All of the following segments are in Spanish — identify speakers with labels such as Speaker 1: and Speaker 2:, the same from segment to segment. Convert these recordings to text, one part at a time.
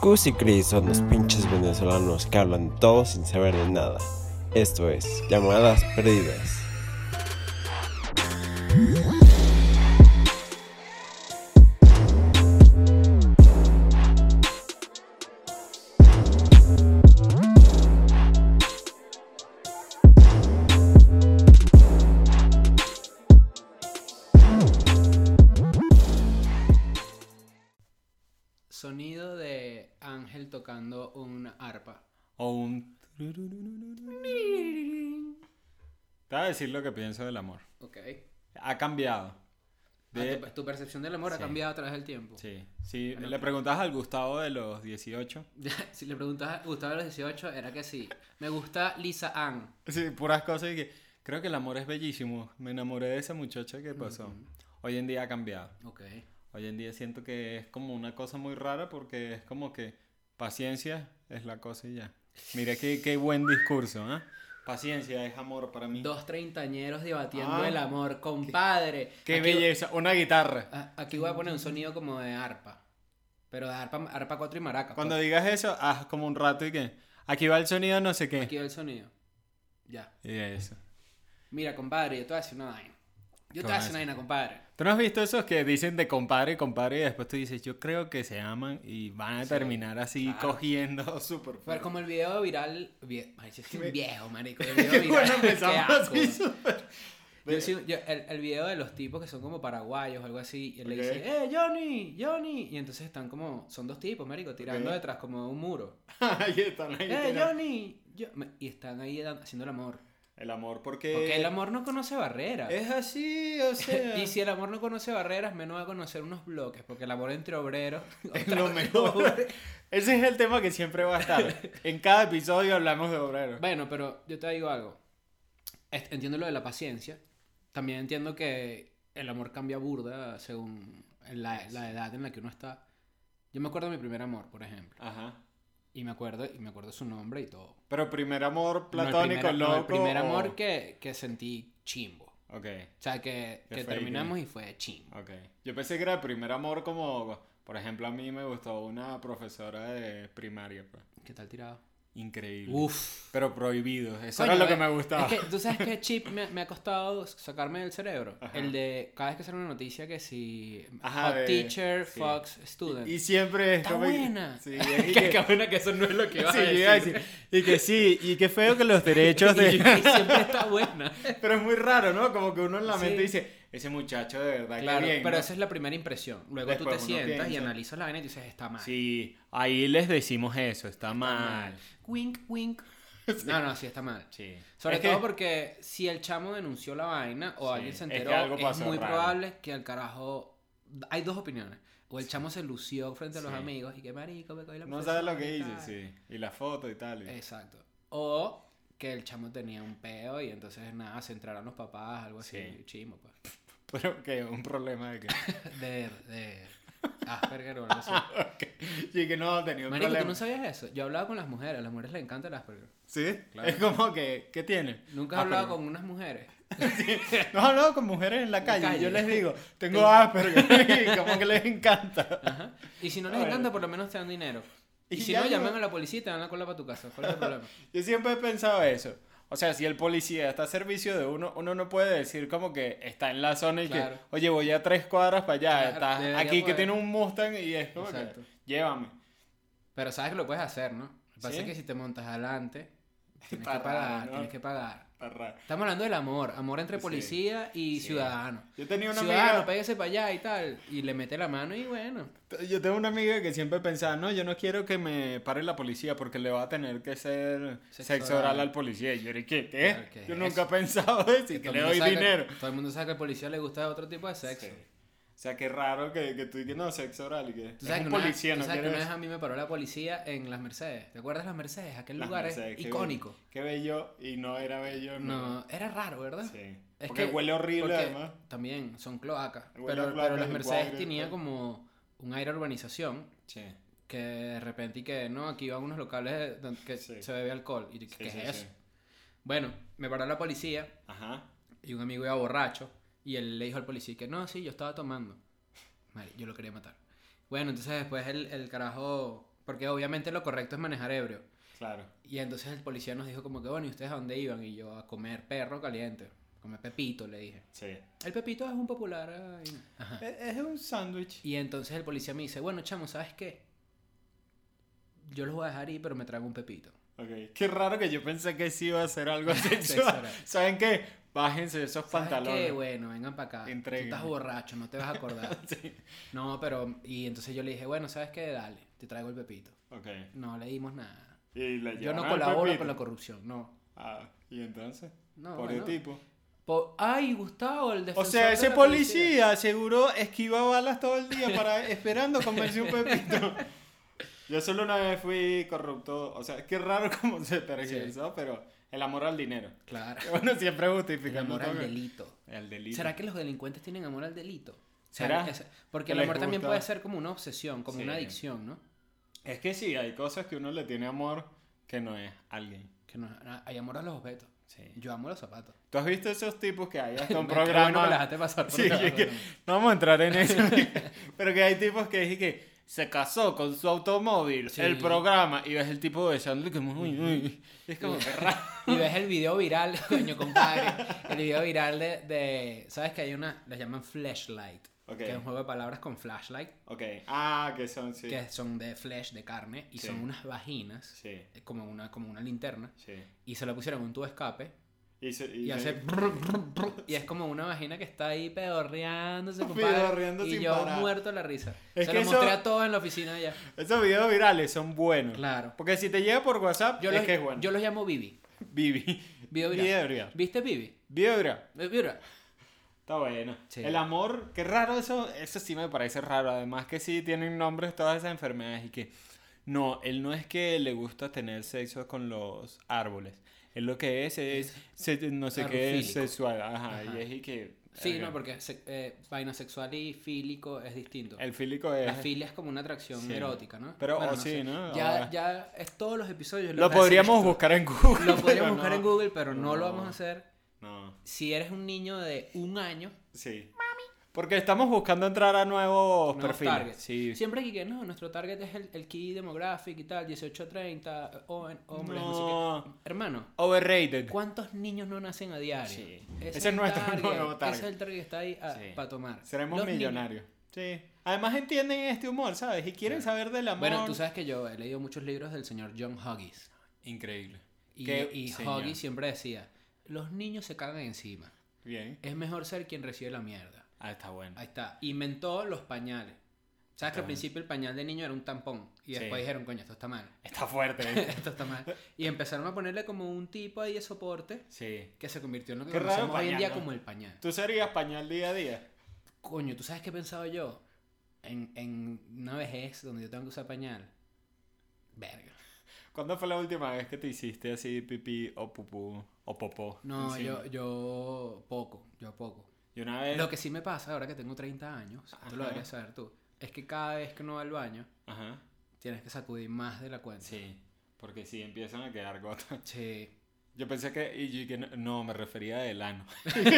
Speaker 1: Cus y Cris son los pinches venezolanos que hablan todo sin saber de nada. Esto es Llamadas Perdidas.
Speaker 2: Sonido de Ángel tocando una arpa.
Speaker 3: O un... turururururu. Te voy a decir lo que pienso del amor.
Speaker 2: Ok.
Speaker 3: Ha cambiado.
Speaker 2: Ah,
Speaker 3: De-
Speaker 2: tu, tu percepción del amor ha
Speaker 3: Sí.
Speaker 2: cambiado a través del tiempo.
Speaker 3: Sí.
Speaker 2: Ah,
Speaker 3: Si le preguntas al Gustavo de los 18,
Speaker 2: si le preguntas a Gustavo a los 18, era que sí. Me gusta Lisa Ann.
Speaker 3: sí, puras cosas y que creo que el amor es bellísimo. Me enamoré de esa muchacha que pasó. Hoy en día ha cambiado.
Speaker 2: Ok.
Speaker 3: Hoy en día siento que es como una cosa muy rara porque es como que paciencia es la cosa y ya. Mira qué, qué buen discurso, ¿ah? Paciencia es amor para mí.
Speaker 2: Dos treintañeros debatiendo
Speaker 3: Ah.
Speaker 2: el amor, compadre.
Speaker 3: Qué
Speaker 2: Aquí-
Speaker 3: belleza. Una guitarra.
Speaker 2: a- Aquí voy a poner un sonido como de arpa. Pero de arpa, arpa 4 y maraca.
Speaker 3: Cuando
Speaker 2: pues.
Speaker 3: digas eso, haz como un rato y que aquí va el sonido no sé qué.
Speaker 2: Aquí va el sonido. Ya.
Speaker 3: Y eso.
Speaker 2: Mira, compadre, yo te voy a decir una vaina. Yo te
Speaker 3: Con
Speaker 2: voy a decir
Speaker 3: eso.
Speaker 2: una vaina, compadre.
Speaker 3: ¿Tú no has visto esos que dicen de compadre y compadre y después tú dices, yo creo que se aman y van a terminar así cogiendo súper
Speaker 2: Pero
Speaker 3: fuerte?
Speaker 2: como el video viral. vie- Ay, yo soy un viejo, marico. El video viral.
Speaker 3: bueno,
Speaker 2: qué
Speaker 3: empezamos
Speaker 2: asco.
Speaker 3: así súper.
Speaker 2: Yo soy- yo- el, el video de los tipos que son como paraguayos o algo así. Y él
Speaker 3: Ok.
Speaker 2: le dice, ¡eh, Johnny! ¡Johnny! Y entonces están como. Son dos tipos, marico, tirando
Speaker 3: Ok.
Speaker 2: detrás como de un muro.
Speaker 3: Ahí están, ahí
Speaker 2: ¡eh,
Speaker 3: tiran.
Speaker 2: Johnny! Yo- me- Y están ahí dan- haciendo el amor.
Speaker 3: El amor, porque...
Speaker 2: Porque el amor no conoce barreras.
Speaker 3: Eh. Es así, o sea...
Speaker 2: Y si el amor no conoce barreras, menos va a conocer unos bloques. Porque el amor entre obreros.
Speaker 3: Es lo mejor. Ese es el tema que siempre va a estar. En cada episodio hablamos de obreros.
Speaker 2: Bueno, pero yo te digo algo. Est- Entiendo lo de la paciencia. También entiendo que el amor cambia burda según la, la edad en la que uno está. Yo me acuerdo de mi primer amor, por ejemplo.
Speaker 3: Ajá.
Speaker 2: Y me acuerdo, y me acuerdo su nombre y todo.
Speaker 3: Pero primer amor
Speaker 2: No, el
Speaker 3: platónico,
Speaker 2: primer- no,
Speaker 3: loco.
Speaker 2: el primer
Speaker 3: o-
Speaker 2: amor que, que sentí chimbo. O
Speaker 3: Ok,
Speaker 2: sea, que,
Speaker 3: Qué
Speaker 2: que
Speaker 3: fake,
Speaker 2: terminamos y fue chimbo.
Speaker 3: ok. Yo pensé que era el primer amor como... Por ejemplo, a mí me gustó una profesora de primaria. pues.
Speaker 2: ¿Qué tal tirado?
Speaker 3: Increíble.
Speaker 2: Uf.
Speaker 3: Pero prohibido. Eso
Speaker 2: Coño,
Speaker 3: era lo que
Speaker 2: eh,
Speaker 3: me gustaba.
Speaker 2: Es que, ¿Tú sabes qué chip me, me ha costado sacarme del cerebro?
Speaker 3: Ajá.
Speaker 2: El de cada vez que sale una noticia que si...
Speaker 3: Ajá,
Speaker 2: hot
Speaker 3: de-
Speaker 2: teacher,
Speaker 3: sí.
Speaker 2: Fox, student.
Speaker 3: Y siempre... es
Speaker 2: Está
Speaker 3: como-
Speaker 2: buena.
Speaker 3: Sí, es
Speaker 2: que,
Speaker 3: que-
Speaker 2: que bueno que eso no es lo que iba
Speaker 3: sí,
Speaker 2: a
Speaker 3: yo
Speaker 2: decir.
Speaker 3: iba a decir, Y que sí, y que feo que los derechos
Speaker 2: Y- y
Speaker 3: de...
Speaker 2: siempre está buena.
Speaker 3: Pero es muy raro, ¿no? Como que uno en la
Speaker 2: Sí.
Speaker 3: mente dice, ese muchacho de verdad que
Speaker 2: Claro,
Speaker 3: bien,
Speaker 2: pero
Speaker 3: ¿no?".
Speaker 2: esa es la primera impresión. Luego tú
Speaker 3: Después
Speaker 2: te
Speaker 3: uno
Speaker 2: sientas y
Speaker 3: piensa.
Speaker 2: analizas la vaina y dices, está mal.
Speaker 3: Sí, ahí les decimos eso, está
Speaker 2: está
Speaker 3: mal.
Speaker 2: Wink, wink. No, no, sí, está mal.
Speaker 3: Sí.
Speaker 2: Sobre
Speaker 3: Es que-
Speaker 2: todo porque si el chamo denunció la vaina o
Speaker 3: Sí,
Speaker 2: alguien se
Speaker 3: es que
Speaker 2: enteró,
Speaker 3: algo
Speaker 2: es,
Speaker 3: pasó
Speaker 2: muy
Speaker 3: raro.
Speaker 2: probable que al carajo... Hay dos opiniones. O el chamo se lució frente a los
Speaker 3: Sí.
Speaker 2: amigos y que marico, me cogí la
Speaker 3: No sabes lo que
Speaker 2: profesora y
Speaker 3: dice,
Speaker 2: tal".
Speaker 3: sí. Y la foto y tal. y-
Speaker 2: Exacto. O que el chamo tenía un peo y entonces nada, se entraron los papás, algo así,
Speaker 3: Sí.
Speaker 2: chimo, pues.
Speaker 3: Pero que un problema de que...
Speaker 2: De, de Asperger o algo así.
Speaker 3: Sí, que no tenía un
Speaker 2: Marico, ¿tú
Speaker 3: problema.
Speaker 2: no sabías eso? Yo he hablado con las mujeres, a las mujeres les encanta el Asperger.
Speaker 3: Sí,
Speaker 2: Claro.
Speaker 3: es como que, ¿qué tiene?
Speaker 2: Nunca he hablado con unas mujeres.
Speaker 3: con... No he hablado con mujeres en la
Speaker 2: En
Speaker 3: calle,
Speaker 2: calle.
Speaker 3: yo les digo, tengo Asperger, y como que les encanta.
Speaker 2: Ajá. Y si no les
Speaker 3: Bueno.
Speaker 2: encanta, por lo menos te dan dinero. Y,
Speaker 3: Y
Speaker 2: si
Speaker 3: ya
Speaker 2: no,
Speaker 3: yo-
Speaker 2: llaman a la policía y te dan la cola para tu casa. ¿Cuál es el problema?
Speaker 3: Yo siempre he pensado eso. O sea, si el policía está a servicio de uno, uno no puede decir como que está en la zona y
Speaker 2: Claro.
Speaker 3: que, oye, voy a tres cuadras para allá,
Speaker 2: Claro,
Speaker 3: estás
Speaker 2: debería
Speaker 3: aquí que
Speaker 2: poder.
Speaker 3: tiene un Mustang y es como que,
Speaker 2: Exacto.
Speaker 3: llévame.
Speaker 2: Pero sabes que lo puedes hacer, ¿no? Lo que pasa
Speaker 3: ¿Sí?
Speaker 2: es que si te montas adelante, tienes que
Speaker 3: Para,
Speaker 2: pagar,
Speaker 3: ¿no?
Speaker 2: tienes que pagar.
Speaker 3: Parra.
Speaker 2: Estamos hablando del amor, amor entre
Speaker 3: Sí.
Speaker 2: policía y
Speaker 3: Sí.
Speaker 2: ciudadano.
Speaker 3: Yo tenía una
Speaker 2: Ciudadano,
Speaker 3: amiga,
Speaker 2: pégase para allá y tal. Y le mete la mano y bueno.
Speaker 3: yo tengo una amiga que siempre pensaba, no, yo no quiero que me pare la policía porque le va a tener que hacer
Speaker 2: Sexo
Speaker 3: sexo,
Speaker 2: oral.
Speaker 3: oral al policía. Y yo dije, ¿qué? ¿Qué?
Speaker 2: Claro, ¿qué
Speaker 3: yo
Speaker 2: es eso?
Speaker 3: nunca he pensado eso y que
Speaker 2: Todo el
Speaker 3: le
Speaker 2: mundo
Speaker 3: doy
Speaker 2: sabe que-
Speaker 3: dinero.
Speaker 2: Todo el mundo sabe que al policía le gusta otro tipo de sexo.
Speaker 3: Sí. O sea, qué raro que, que tú digas, no, sexo oral y que
Speaker 2: Tú
Speaker 3: es
Speaker 2: sabes,
Speaker 3: un
Speaker 2: que, una,
Speaker 3: policía,
Speaker 2: tú
Speaker 3: no
Speaker 2: sabes que
Speaker 3: quiero
Speaker 2: una
Speaker 3: eso.
Speaker 2: vez a mí me paró la policía en Las Mercedes. ¿Te acuerdas Las Mercedes? Aquel
Speaker 3: Las
Speaker 2: lugar
Speaker 3: Mercedes,
Speaker 2: es
Speaker 3: qué
Speaker 2: icónico.
Speaker 3: bello, Qué bello, y no era bello.
Speaker 2: No, era raro, ¿verdad?
Speaker 3: Sí.
Speaker 2: Es
Speaker 3: porque
Speaker 2: que-
Speaker 3: huele horrible
Speaker 2: porque
Speaker 3: además.
Speaker 2: También son cloacas.
Speaker 3: Huele a
Speaker 2: Pero,
Speaker 3: cloaca
Speaker 2: pero Las
Speaker 3: y
Speaker 2: Mercedes
Speaker 3: guagre y
Speaker 2: tenía
Speaker 3: tal.
Speaker 2: como un aire a urbanización
Speaker 3: Sí.
Speaker 2: que de repente y que no, aquí van unos locales donde que
Speaker 3: Sí.
Speaker 2: se bebe alcohol. Y yo,
Speaker 3: Sí,
Speaker 2: ¿qué
Speaker 3: sí,
Speaker 2: es eso?
Speaker 3: sí.
Speaker 2: Bueno, me paró la policía
Speaker 3: Ajá.
Speaker 2: y un amigo iba borracho y él le dijo al policía que no, sí, yo estaba tomando. Mari, yo lo quería matar. Bueno, entonces después el, el carajo Porque obviamente lo correcto es manejar ebrio.
Speaker 3: Claro.
Speaker 2: Y entonces el policía nos dijo como que, bueno, ¿y ustedes a dónde iban? Y yo, a comer perro caliente. a Comer pepito, le dije.
Speaker 3: Sí.
Speaker 2: El pepito es un popular... eh, y- Ajá.
Speaker 3: Es un sándwich.
Speaker 2: Y entonces el policía me dice, bueno, chamo, ¿sabes qué? Yo los voy a dejar ahí, pero me traigo un pepito.
Speaker 3: Ok. Qué raro que yo pensé que sí iba a ser algo sexual.
Speaker 2: Sexual.
Speaker 3: ¿Saben qué? Bájense
Speaker 2: ¿Sabes
Speaker 3: esos pantalones.
Speaker 2: qué? Bueno, vengan para acá.
Speaker 3: Entreguen.
Speaker 2: Tú estás borracho, no te vas a acordar.
Speaker 3: Sí.
Speaker 2: No, pero... Y entonces yo le dije, bueno, ¿sabes qué? Dale, te traigo el pepito.
Speaker 3: Ok.
Speaker 2: No le dimos nada.
Speaker 3: Y la
Speaker 2: Yo no
Speaker 3: llevaron al
Speaker 2: colaboro
Speaker 3: Pepito.
Speaker 2: con la corrupción, no.
Speaker 3: Ah, ¿y entonces?
Speaker 2: No,
Speaker 3: Por
Speaker 2: bueno.
Speaker 3: el tipo.
Speaker 2: Po- Ay, Gustavo, el
Speaker 3: O
Speaker 2: defensor
Speaker 3: sea,
Speaker 2: de
Speaker 3: ese
Speaker 2: la
Speaker 3: policía seguro esquiva balas todo el día para esperando comerse un pepito. Yo solo una vez fui corrupto, o sea, qué raro cómo se tergiversó, pero el amor al dinero.
Speaker 2: Claro.
Speaker 3: Que Bueno, siempre
Speaker 2: El
Speaker 3: justifica
Speaker 2: amor al delito.
Speaker 3: El delito.
Speaker 2: ¿Será que los delincuentes tienen amor al delito?
Speaker 3: ¿Será?
Speaker 2: Es- Porque
Speaker 3: ¿Que
Speaker 2: el
Speaker 3: les
Speaker 2: amor también
Speaker 3: gusta?
Speaker 2: puede ser como una obsesión, como
Speaker 3: Sí.
Speaker 2: una adicción, ¿no?
Speaker 3: Es que sí, hay cosas que uno le tiene amor que no es alguien.
Speaker 2: Que no, na- hay amor a los objetos.
Speaker 3: Sí.
Speaker 2: Yo amo los zapatos.
Speaker 3: ¿Tú has visto esos tipos que hay hasta un
Speaker 2: Qué bueno que
Speaker 3: programa?
Speaker 2: me la dejaste pasar por
Speaker 3: Sí,
Speaker 2: debajo,
Speaker 3: es que-
Speaker 2: ¿no?
Speaker 3: no vamos a entrar en eso. pero que hay tipos que dicen que se casó con su automóvil,
Speaker 2: Sí.
Speaker 3: el programa, y ves el tipo besándole que uy, uy. Es como que raro.
Speaker 2: Y ves el video viral, coño, compadre. El video viral de. de- ¿Sabes que hay una.? La llaman flashlight.
Speaker 3: Ok.
Speaker 2: Que es un juego de palabras con flashlight.
Speaker 3: Ok. Ah, que son, sí.
Speaker 2: Que son de flesh, de carne. Y
Speaker 3: Sí.
Speaker 2: son unas vaginas.
Speaker 3: Sí,
Speaker 2: eh, Como una, como una linterna.
Speaker 3: sí.
Speaker 2: Y se lo pusieron en un tubo de escape.
Speaker 3: Y, se- y-
Speaker 2: Y hace. brr, brr, brr, y es como una vagina que está ahí pedorreándose, compadre.
Speaker 3: Pedorreando
Speaker 2: y
Speaker 3: sin
Speaker 2: yo
Speaker 3: parar.
Speaker 2: muerto de la risa.
Speaker 3: Es
Speaker 2: se
Speaker 3: que
Speaker 2: lo
Speaker 3: eso-
Speaker 2: mostré a todos en la oficina allá.
Speaker 3: Esos videos virales son buenos.
Speaker 2: Claro.
Speaker 3: Porque si te llega por WhatsApp,
Speaker 2: Yo,
Speaker 3: es
Speaker 2: los,
Speaker 3: que es bueno.
Speaker 2: yo los llamo Bibi.
Speaker 3: Vivi.
Speaker 2: Video viral.
Speaker 3: Video viral.
Speaker 2: ¿Viste Bibi?
Speaker 3: Video viral.
Speaker 2: Eh, Mira.
Speaker 3: Está bueno.
Speaker 2: Sí.
Speaker 3: El amor, qué raro eso, eso sí me parece raro. Además que sí tienen nombres todas esas enfermedades y que no, él no es que le gusta tener sexo con los árboles. Él lo que es es, se- no sé qué es
Speaker 2: Arufílico.
Speaker 3: sexual, ajá,
Speaker 2: Ajá.
Speaker 3: y es y que
Speaker 2: Sí,
Speaker 3: verga.
Speaker 2: no, porque se- eh, vaina sexual y fílico es distinto.
Speaker 3: el fílico
Speaker 2: La
Speaker 3: es
Speaker 2: filia es como una atracción
Speaker 3: Sí.
Speaker 2: erótica, ¿no?
Speaker 3: Pero,
Speaker 2: Bueno,
Speaker 3: oh, sí, ¿no?
Speaker 2: Ya,
Speaker 3: Ah.
Speaker 2: ya es todos los episodios.
Speaker 3: lo
Speaker 2: que hacen
Speaker 3: podríamos
Speaker 2: esto.
Speaker 3: buscar en Google.
Speaker 2: Lo podríamos
Speaker 3: pero
Speaker 2: buscar
Speaker 3: no.
Speaker 2: en Google, pero no. lo
Speaker 3: No.
Speaker 2: vamos a hacer.
Speaker 3: No.
Speaker 2: Si eres un niño de un año,
Speaker 3: Sí. Porque estamos buscando entrar a nuevos,
Speaker 2: nuevos
Speaker 3: perfiles.
Speaker 2: targets.
Speaker 3: Sí.
Speaker 2: Siempre aquí que no, nuestro target es el, el key demographic y tal, 18 a 30, o- hombres, no. sé
Speaker 3: No.
Speaker 2: qué. Hermano,
Speaker 3: Overrated.
Speaker 2: ¿cuántos niños no nacen a diario?
Speaker 3: Sí.
Speaker 2: Ese,
Speaker 3: Ese es
Speaker 2: el
Speaker 3: nuestro nuevo target.
Speaker 2: Ese es el target que está ahí
Speaker 3: Sí.
Speaker 2: para tomar.
Speaker 3: Seremos
Speaker 2: Los niños.
Speaker 3: millonarios. Sí. Además entienden este humor, ¿sabes? Y quieren saber del amor.
Speaker 2: Bueno, tú sabes que yo he leído muchos libros del señor John Huggies.
Speaker 3: Increíble.
Speaker 2: Y,
Speaker 3: Qué
Speaker 2: y
Speaker 3: señor.
Speaker 2: Huggies siempre decía, los niños se cagan encima.
Speaker 3: Bien.
Speaker 2: Es mejor ser quien recibe la mierda.
Speaker 3: Ah, está bueno.
Speaker 2: Ahí está. Inventó los pañales. ¿Sabes que al principio el pañal de niño era un tampón? Y
Speaker 3: Ah. Sí.
Speaker 2: después dijeron, coño, esto está mal.
Speaker 3: Está fuerte.
Speaker 2: Esto está mal. Y empezaron a ponerle como un tipo ahí de soporte
Speaker 3: sí.
Speaker 2: que se convirtió en lo que
Speaker 3: Qué raro
Speaker 2: conocemos hoy en
Speaker 3: pañal,
Speaker 2: día
Speaker 3: ¿no?
Speaker 2: como el pañal.
Speaker 3: ¿Tú serías pañal día a día?
Speaker 2: Coño, ¿tú sabes qué he pensado yo? En, en una vejez donde yo tengo que usar pañal. Verga.
Speaker 3: ¿Cuándo fue la última vez que te hiciste así pipí o pupú o popó?
Speaker 2: No,
Speaker 3: encima?
Speaker 2: yo, yo poco, yo poco.
Speaker 3: Y una vez...
Speaker 2: Lo que sí me pasa ahora que tengo 30 años, esto lo
Speaker 3: Ajá.
Speaker 2: deberías saber tú, es que cada vez que uno va al baño
Speaker 3: Ajá.
Speaker 2: tienes que sacudir más de la cuenta.
Speaker 3: Sí. Porque sí, empiezan a quedar gotas.
Speaker 2: Sí.
Speaker 3: Yo pensé que... Y yo que no, no, me refería a del ano.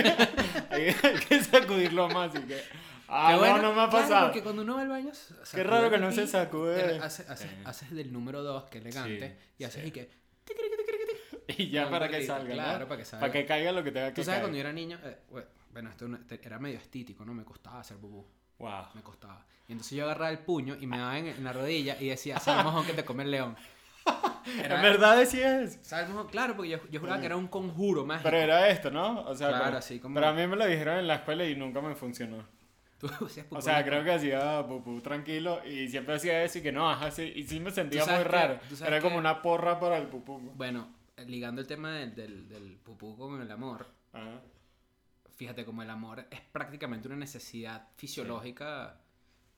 Speaker 3: Hay que sacudirlo más y que... Ah,
Speaker 2: Qué
Speaker 3: no,
Speaker 2: bueno,
Speaker 3: no me ha
Speaker 2: claro,
Speaker 3: pasado.
Speaker 2: porque cuando uno va al baño. s- sacude
Speaker 3: raro que
Speaker 2: el
Speaker 3: no se
Speaker 2: pipí,
Speaker 3: sacude.
Speaker 2: eh, Haces, haces-
Speaker 3: Sí.
Speaker 2: haces del número 2, que elegante.
Speaker 3: Sí,
Speaker 2: y haces
Speaker 3: sí.
Speaker 2: y que.
Speaker 3: Y ya
Speaker 2: Ah,
Speaker 3: para
Speaker 2: un
Speaker 3: que
Speaker 2: poquito,
Speaker 3: salga, ¿no?
Speaker 2: claro, para que salga.
Speaker 3: Para que caiga lo que tenga que
Speaker 2: Tú sabes,
Speaker 3: caer.
Speaker 2: cuando yo era niño. eh, bue- bueno, esto no- te- era medio estético, ¿no? Me costaba hacer bubú.
Speaker 3: Wow.
Speaker 2: Me costaba. Y entonces yo agarraba el puño y me daba en, en la rodilla y decía, sal mojón que te come el león. Era-
Speaker 3: En verdad sí es.
Speaker 2: sal mojón, claro, porque yo, yo juraba que era un conjuro mágico.
Speaker 3: Pero era esto, ¿no? O sea,
Speaker 2: Claro,
Speaker 3: como-
Speaker 2: así como-
Speaker 3: Pero a mí me lo dijeron en la escuela y nunca me funcionó.
Speaker 2: Tú hacías pupú
Speaker 3: O
Speaker 2: en
Speaker 3: sea,
Speaker 2: la
Speaker 3: creo que hacía pupú tranquilo y siempre hacía eso y que no, ajá, sí. Y sí me sentía
Speaker 2: ¿Tú
Speaker 3: muy
Speaker 2: sabes qué?
Speaker 3: raro.
Speaker 2: ¿Tú sabes
Speaker 3: Era como
Speaker 2: qué?
Speaker 3: una porra para el pupú.
Speaker 2: Bueno, ligando el tema del, del, del pupú con el amor,
Speaker 3: Ajá.
Speaker 2: fíjate como el amor es prácticamente una necesidad fisiológica